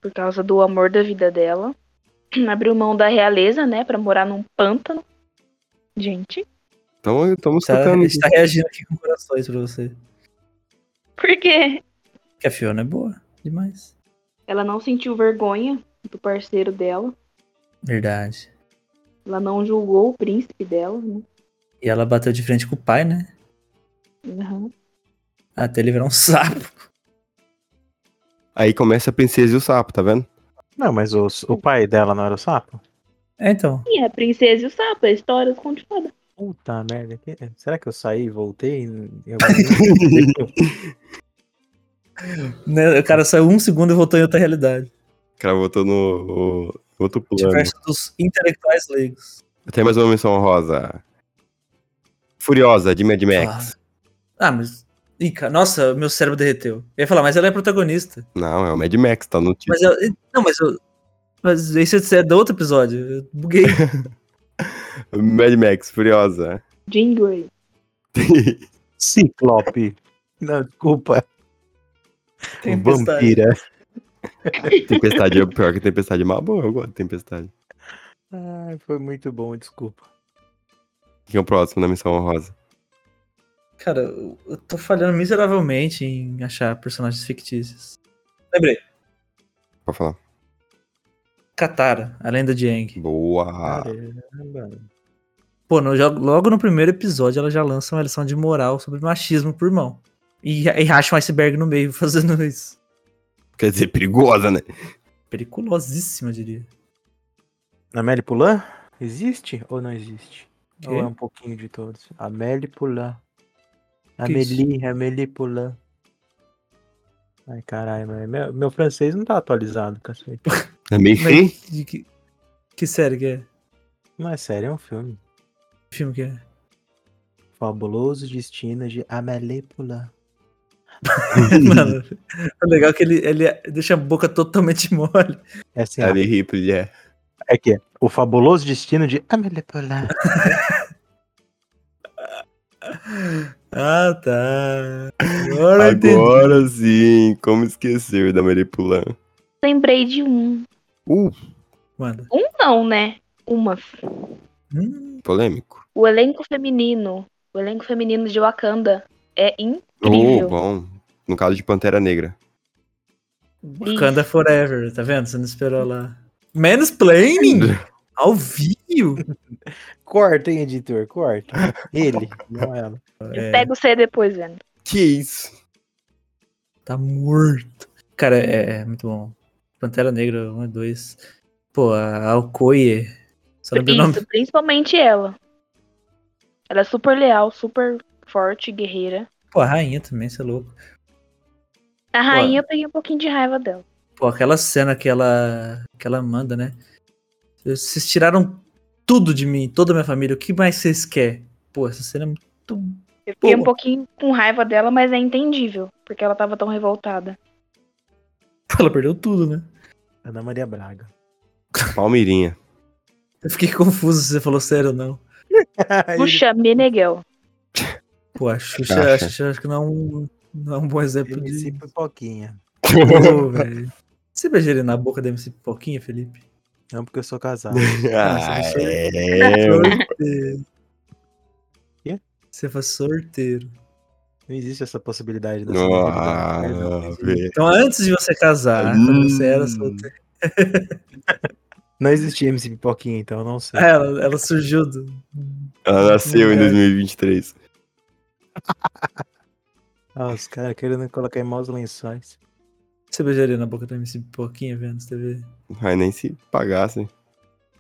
S3: por causa do amor da vida dela. Abriu mão da realeza, né, pra morar num pântano. Gente,
S2: Então estamos
S1: Tá, a
S2: escutando.
S1: gente tá reagindo aqui com corações pra você.
S3: por quê?
S1: Porque a Fiona é boa demais.
S3: Ela não sentiu vergonha do parceiro dela.
S1: Verdade.
S3: Ela não julgou o príncipe dela. Né?
S1: E ela bateu de frente com o pai, né?
S3: Uhum.
S1: Até ele virar um sapo.
S2: Aí começa a princesa e o sapo, tá vendo?
S4: Não, mas o, o pai dela não era o sapo?
S1: É, então.
S3: E a princesa e o sapo, a história continuada.
S4: Puta merda. que- Será que eu saí e voltei? Eu-
S1: Né, O cara saiu um segundo e voltou em outra realidade.
S2: O cara voltou no o- outro plano.
S1: Diverso dos intelectuais leigos.
S2: Tem mais uma menção rosa. Furiosa, de Mad Max.
S1: Ah, ah, mas. Ih, cara, nossa, meu cérebro derreteu. Eu ia falar, mas ela é protagonista.
S2: Não, é o Mad Max, tá no título.
S1: Mas eu. Não, mas eu. Mas isso é do outro episódio. Eu buguei.
S2: Mad Max, Furiosa.
S3: Jean Grey.
S4: Ciclope. Não, desculpa. Um
S1: Tempestade.
S4: Vampira.
S2: tempestade é pior que Tempestade. Mas boa, eu gosto de Tempestade.
S4: Ai, foi muito bom, desculpa.
S2: Quem é o próximo da menção honrosa?
S1: Cara, eu eu tô falhando miseravelmente em achar personagens fictícios. Lembrei,
S2: Pode falar.
S1: Katara, a lenda de Aang.
S2: Boa.
S4: Caramba.
S1: Pô, no, jo- logo no primeiro episódio ela já lança uma lição de moral sobre machismo por mão. E, e racha um iceberg no meio fazendo isso.
S2: Quer dizer, perigosa, né?
S1: Periculosíssima, eu diria.
S4: A Amélie Poulain? Existe ou não existe? Ou é
S1: Quê?
S4: um pouquinho de todos? Amélie Poulain.
S1: Que isso?
S4: Amélie, Amélie Poulain. Ai, caralho, mas meu, meu francês não tá atualizado, cacete.
S2: É meio feio.
S1: Mas de que, que série que é?
S4: Não é sério, é um filme.
S1: Que filme que é?
S4: Fabuloso Destino de Amélie Poulain.
S1: Mano, o legal é que ele, ele deixa a boca totalmente mole.
S4: É
S1: tá.
S4: assim, ó.
S2: Ali Ripley, é.
S4: é que é o Fabuloso Destino de Amélie Poulain.
S1: Ah, tá. Agora, eu entendi.
S2: Agora sim, como esquecer da Mary Poulain.
S3: Lembrei de um.
S2: Uh,
S1: Manda.
S3: Um não, né? Uma.
S1: Hum,
S2: polêmico.
S3: O elenco feminino. O elenco feminino de Wakanda é
S2: Oh,
S3: incrível.
S2: bom. No caso de Pantera Negra.
S1: Wakanda Forever, tá vendo? Você não esperou lá. Mansplaining? Ao vivo?
S4: corta, hein, editor, corta. Ele, não ela.
S1: É,
S3: Pega o C depois, velho.
S2: Que isso?
S1: Tá morto. Cara, é, é muito bom. Pantera Negra 1 e 2. Pô, a Okoye. Só não lembro o nome.
S3: Isso, principalmente ela. Ela é super leal, super forte, guerreira.
S1: Pô, a rainha também, você é louco.
S3: A rainha eu peguei um pouquinho de raiva dela.
S1: Pô, aquela cena que ela, que ela manda, né? Vocês tiraram tudo de mim, toda a minha família. O que mais vocês querem? Pô, essa cena é muito.
S3: Eu fiquei um
S1: Boa.
S3: pouquinho com raiva dela, mas é entendível, porque ela tava tão revoltada.
S1: Ela perdeu tudo, né?
S4: Ana Maria Braga.
S2: Palmeirinha.
S1: Eu fiquei confuso se você falou sério ou não.
S3: Puxa, Meneghel.
S1: Pô, a Xuxa, a
S2: Caixa.
S1: Xuxa acho que não é um, não é um bom exemplo
S4: Ele
S1: de.
S4: se pipoquinha.
S1: Pô, velho. Você beija ele na boca da MC Pipoquinha, Felipe?
S4: Não porque eu sou casado.
S2: Ah,
S1: Nossa,
S2: é.
S1: Sorteiro.
S4: Quê?
S1: Você faz sorteiro.
S4: Não existe essa possibilidade dessa
S2: Ah,
S4: possibilidade, não existe.
S2: velho.
S1: Então, antes de você casar,
S2: Hum.
S1: quando você era solteiro,
S4: Não existia MC Pipoquinha, então eu não sei.
S1: Ah, ela, ela surgiu do.
S2: Ela nasceu em 2023.
S4: Ah, os caras querendo colocar em maus lençóis.
S1: Você beijaria na boca da MC Pipoquinha vendo TV?
S2: Ai, nem se pagasse.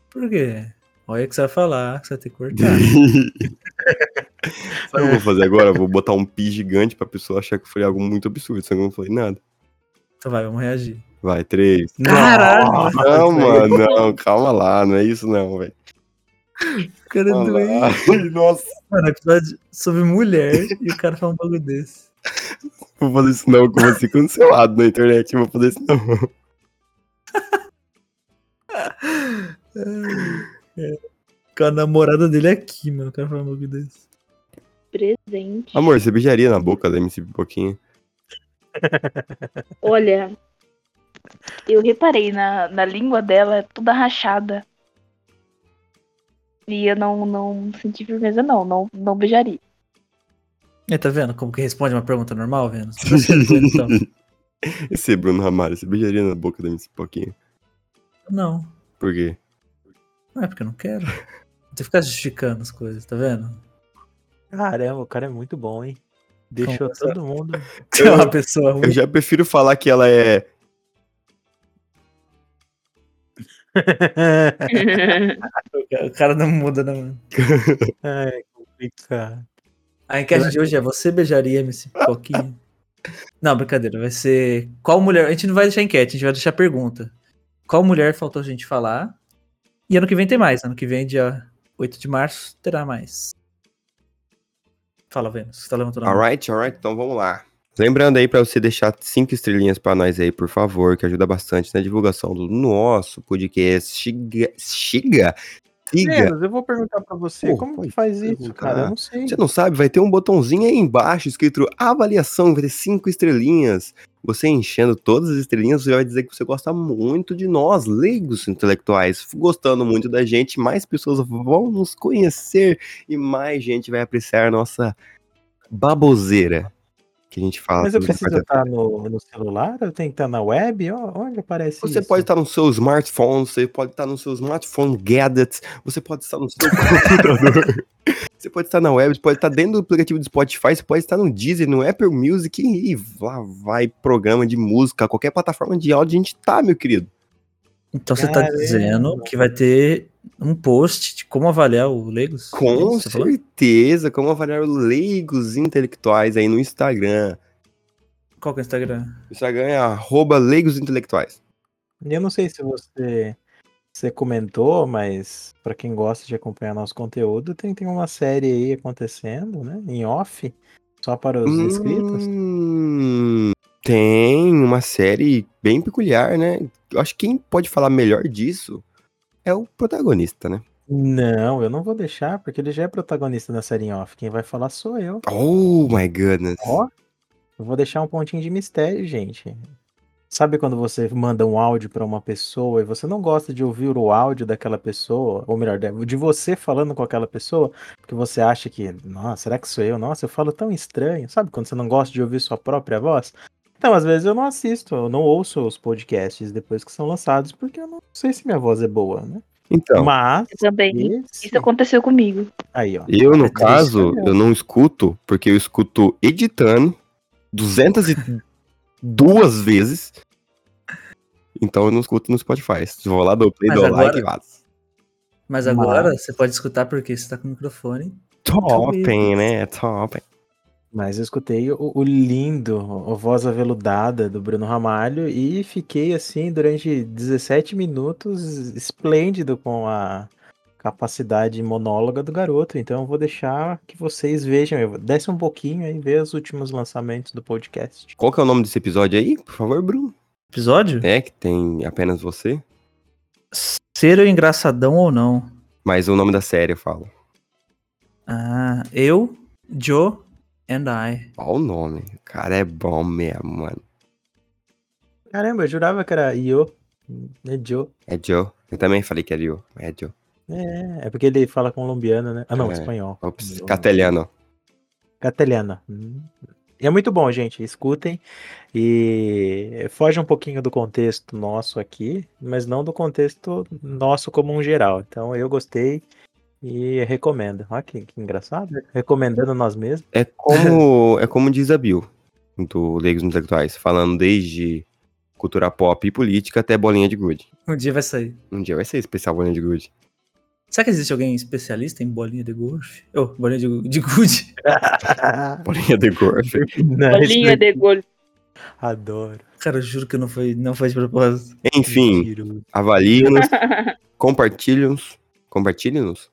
S1: Por quê? Olha o que você vai falar, que você vai ter que cortar.
S2: Sabe o que eu vou fazer agora? Vou botar um pi gigante pra pessoa achar que eu falei algo muito absurdo, só que eu não falei nada.
S1: Então vai, vamos reagir.
S2: Vai, três.
S1: Caralho!
S2: Não, mano, não, calma lá, não é isso não, velho.
S1: O cara é
S2: Calma
S1: doente.
S2: lá. Nossa,
S1: Mano, é episódio sobre mulher e o cara fala um bagulho desse.
S2: vou fazer isso não, que eu vou ser cancelado na internet, eu vou fazer isso não.
S1: É. Com a namorada dele aqui, mano. O cara fala um bagulho desse.
S3: Presente.
S2: Amor, você beijaria na boca da MC Pipoquinha?
S3: Olha, eu reparei na, na língua dela, é toda rachada. E eu não, não senti firmeza, não. Não, não beijaria.
S1: É, tá vendo como que responde uma pergunta normal, Vênus? Pra você, então.
S2: Esse é Bruno Ramalho, você beijaria na boca da MC Pipoquinha?
S1: Não.
S2: Por quê?
S1: Não é porque eu não quero. Você fica justificando as coisas, tá vendo?
S4: Caramba, o cara é muito bom, hein? Deixou
S1: Nossa.
S4: todo mundo.
S1: Você é uma pessoa
S2: Eu
S1: ruim.
S2: já prefiro falar que ela é
S1: O cara não muda, né, mano?
S4: Ai, é complicado.
S1: A enquete de hoje é: você beijaria MC Pipoquinha? Não, brincadeira. Vai ser. Qual mulher. A gente não vai deixar enquete, a gente vai deixar pergunta. Qual mulher faltou a gente falar? E ano que vem tem mais. Ano que vem, dia 8 de março, terá mais. Fala, Vênus. Você tá levantando a mão.
S2: Alright, alright, então vamos lá. Lembrando aí pra você deixar cinco estrelinhas pra nós aí, por favor, que ajuda bastante na divulgação do nosso podcast. Chega, chega, siga.
S4: Menos, eu vou perguntar pra você,
S2: Pô,
S4: como que
S2: pode
S4: faz isso,
S2: perguntar.
S4: cara? Eu não sei.
S2: Você não sabe, vai ter um botãozinho aí embaixo escrito avaliação, vai ter cinco estrelinhas. Você enchendo todas as estrelinhas, você vai dizer que você gosta muito de nós, leigos intelectuais. Gostando muito da gente, mais pessoas vão nos conhecer e mais gente vai apreciar a nossa baboseira que a gente fala.
S4: Mas eu
S2: toda
S4: preciso
S2: quarta-feira.
S4: estar no, no celular? Eu tenho que estar na web? Ó, Onde aparece
S2: Você
S4: isso?
S2: pode estar no seu smartphone, você pode estar no seu smartphone gadget, você pode estar no seu computador. Você pode estar na web, você pode estar dentro do aplicativo do Spotify, você pode estar no Deezer, no Apple Music e lá vai programa de música, qualquer plataforma de áudio a gente tá, meu querido.
S1: Então você tá
S4: Caramba.
S1: dizendo que vai ter um post de como avaliar o Legos? É isso
S2: Com
S1: que você tá falando?
S2: certeza, como avaliar os leigos intelectuais aí no Instagram.
S1: Qual que é o Instagram?
S2: O Instagram é arroba leigos intelectuais.
S4: Eu não sei se você, você comentou, mas pra quem gosta de acompanhar nosso conteúdo, tem, tem uma série aí acontecendo, né? Em off, só para os inscritos.
S2: Hum, tem uma série bem peculiar, né? Eu acho que quem pode falar melhor disso é o protagonista, né?
S4: Não, eu não vou deixar, porque ele já é protagonista da série em off. Quem vai falar sou eu.
S2: Oh my goodness.
S4: Ó, eu vou deixar um pontinho de mistério, gente. Sabe quando você manda um áudio pra uma pessoa e você não gosta de ouvir o áudio daquela pessoa, ou melhor, de de você falando com aquela pessoa, porque você acha que, nossa, será que sou eu? Nossa, eu falo tão estranho. Sabe quando você não gosta de ouvir sua própria voz? Então, às vezes eu não assisto, eu não ouço os podcasts depois que são lançados, porque eu não sei se minha voz é boa, né?
S2: Então,
S4: Mas.
S3: Eu também.
S4: esse-
S3: Isso aconteceu comigo.
S4: Aí, ó.
S2: eu
S4: É
S2: no
S4: triste
S2: caso,
S4: mesmo.
S2: eu não escuto, porque eu escuto editando 200 e duas vezes. Então eu não escuto no Spotify. Vou lá, dou play,
S1: Mas
S2: dou
S1: agora-
S2: like e vaza.
S1: Mas agora você pode escutar porque você tá com o microfone.
S2: Topem, né? Topem.
S4: Mas eu escutei o, o lindo, a voz aveludada do Bruno Ramalho e fiquei assim durante 17 minutos esplêndido com a capacidade monóloga do garoto. Então eu vou deixar que vocês vejam. Eu vou- Desce um pouquinho aí e vê os últimos lançamentos do podcast.
S2: Qual que é o nome desse episódio aí? Por favor, Bruno.
S1: Episódio?
S2: É que tem apenas você.
S1: Ser eu engraçadão ou não?
S2: Mas o nome da série eu falo.
S1: Ah, eu, Joe and I.
S2: Qual o nome? O cara é bom mesmo, mano.
S4: Caramba, eu jurava que era Io. É Joe.
S2: É Joe. Eu também falei que era Joe. mas É Joe.
S4: É, é porque ele fala colombiano, né? Ah, não,
S2: É.
S4: espanhol.
S2: Ops,
S4: Eu-
S2: castelhano.
S4: Cateliana. É muito bom, gente. Escutem. E foge um pouquinho do contexto nosso aqui, mas não do contexto nosso como um geral. Então eu gostei e recomendo. Olha que, que engraçado. Recomendando nós mesmos.
S2: É como, é como diz a Bill, do Leigos Intelectuais, falando desde cultura pop e política até bolinha de gude.
S1: Um dia vai sair.
S2: Um dia vai ser especial bolinha de gude.
S1: Será que existe alguém especialista em bolinha de golfe? Oh, bolinha de, de gude.
S2: Bolinha de golfe.
S4: Não, isso
S3: Bolinha de gol.
S4: não- Né? Adoro.
S1: Cara, eu juro que não foi, não foi de propósito.
S2: Enfim,
S4: Mentiroso.
S2: avaliem-nos, compartilhem-nos. Compartilhem-nos?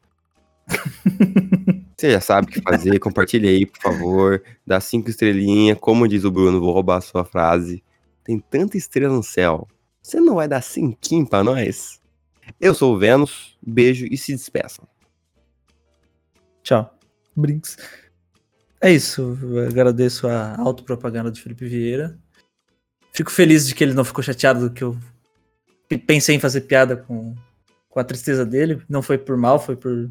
S2: Você já sabe o que fazer, compartilha aí, por favor. Dá cinco estrelinhas, como diz o Bruno, vou roubar a sua frase. Tem tanta estrela no céu. Você não vai dar cinquinho pra nós? Eu sou o Vênus, beijo e se despeçam.
S1: Tchau. Brinks. É isso. eu agradeço a autopropaganda de Felipe Vieira. Fico feliz de que ele não ficou chateado que eu pe- pensei em fazer piada com, com a tristeza dele. Não foi por mal, foi por.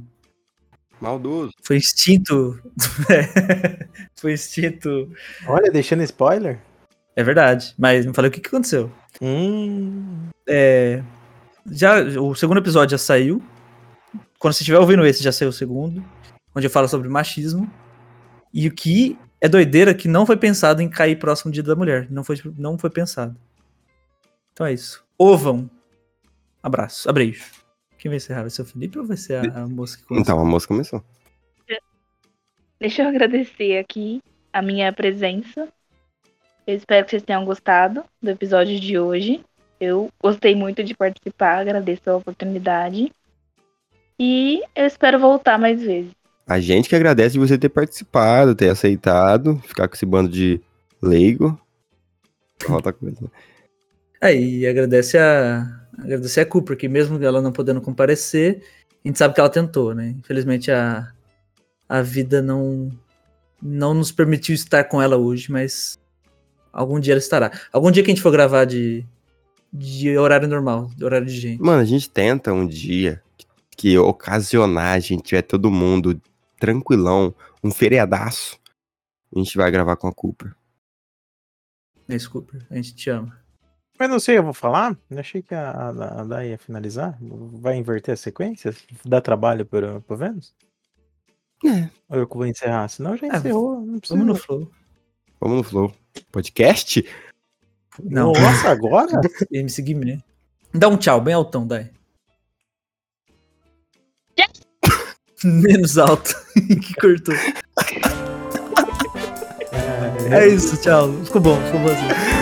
S2: Maldoso.
S1: Foi instinto. É, foi instinto.
S4: Olha, deixando spoiler.
S1: É verdade. Mas não falei o que, que aconteceu.
S4: Hum,
S1: É, já, o segundo episódio já saiu. Quando você estiver ouvindo esse, já saiu o segundo. Onde eu falo sobre machismo. E o que é doideira que não foi pensado em cair próximo do dia da mulher. Não foi, não foi pensado. Então é isso. Ovam. Abraço. Abreijo. Quem vai encerrar? Vai ser o Felipe ou vai ser a, a moça que começou?
S2: Então, a moça começou.
S3: Deixa eu agradecer aqui a minha presença. Eu espero que vocês tenham gostado do episódio de hoje. Eu gostei muito de participar, agradeço a oportunidade. E eu espero voltar mais vezes.
S2: A gente que agradece de você ter participado, ter aceitado, ficar com esse bando de leigo. Falta coisa. né?
S1: Aí É, agradece a. Agradecer a Cooper, que mesmo ela não podendo comparecer, a gente sabe que ela tentou, né? Infelizmente a, a vida não, não nos permitiu estar com ela hoje, mas algum dia ela estará. Algum dia que a gente for gravar de, de horário normal, de horário de gente.
S2: Mano, a gente tenta um dia que ocasionar, a gente tiver todo mundo tranquilão, um feriadaço. A gente vai gravar com a Cooper.
S1: É isso, Cooper. A gente te ama.
S4: mas não sei, eu vou falar. Eu achei que a, a, a Day ia finalizar. Vai inverter a sequência? Dá trabalho pro, pro Vênus?
S2: É.
S4: Ou eu que vou encerrar? Senão já
S1: Ah,
S4: encerrou. não precisa.
S1: Vamos no flow.
S2: Vamos no Flow. Podcast?
S1: Não,
S4: Nossa, agora?
S1: ia me seguir mesmo. Dá um tchau, bem altão, Dai. Menos alto. que cortou. É isso, tchau. É Ficou bom, ficou bom. assim.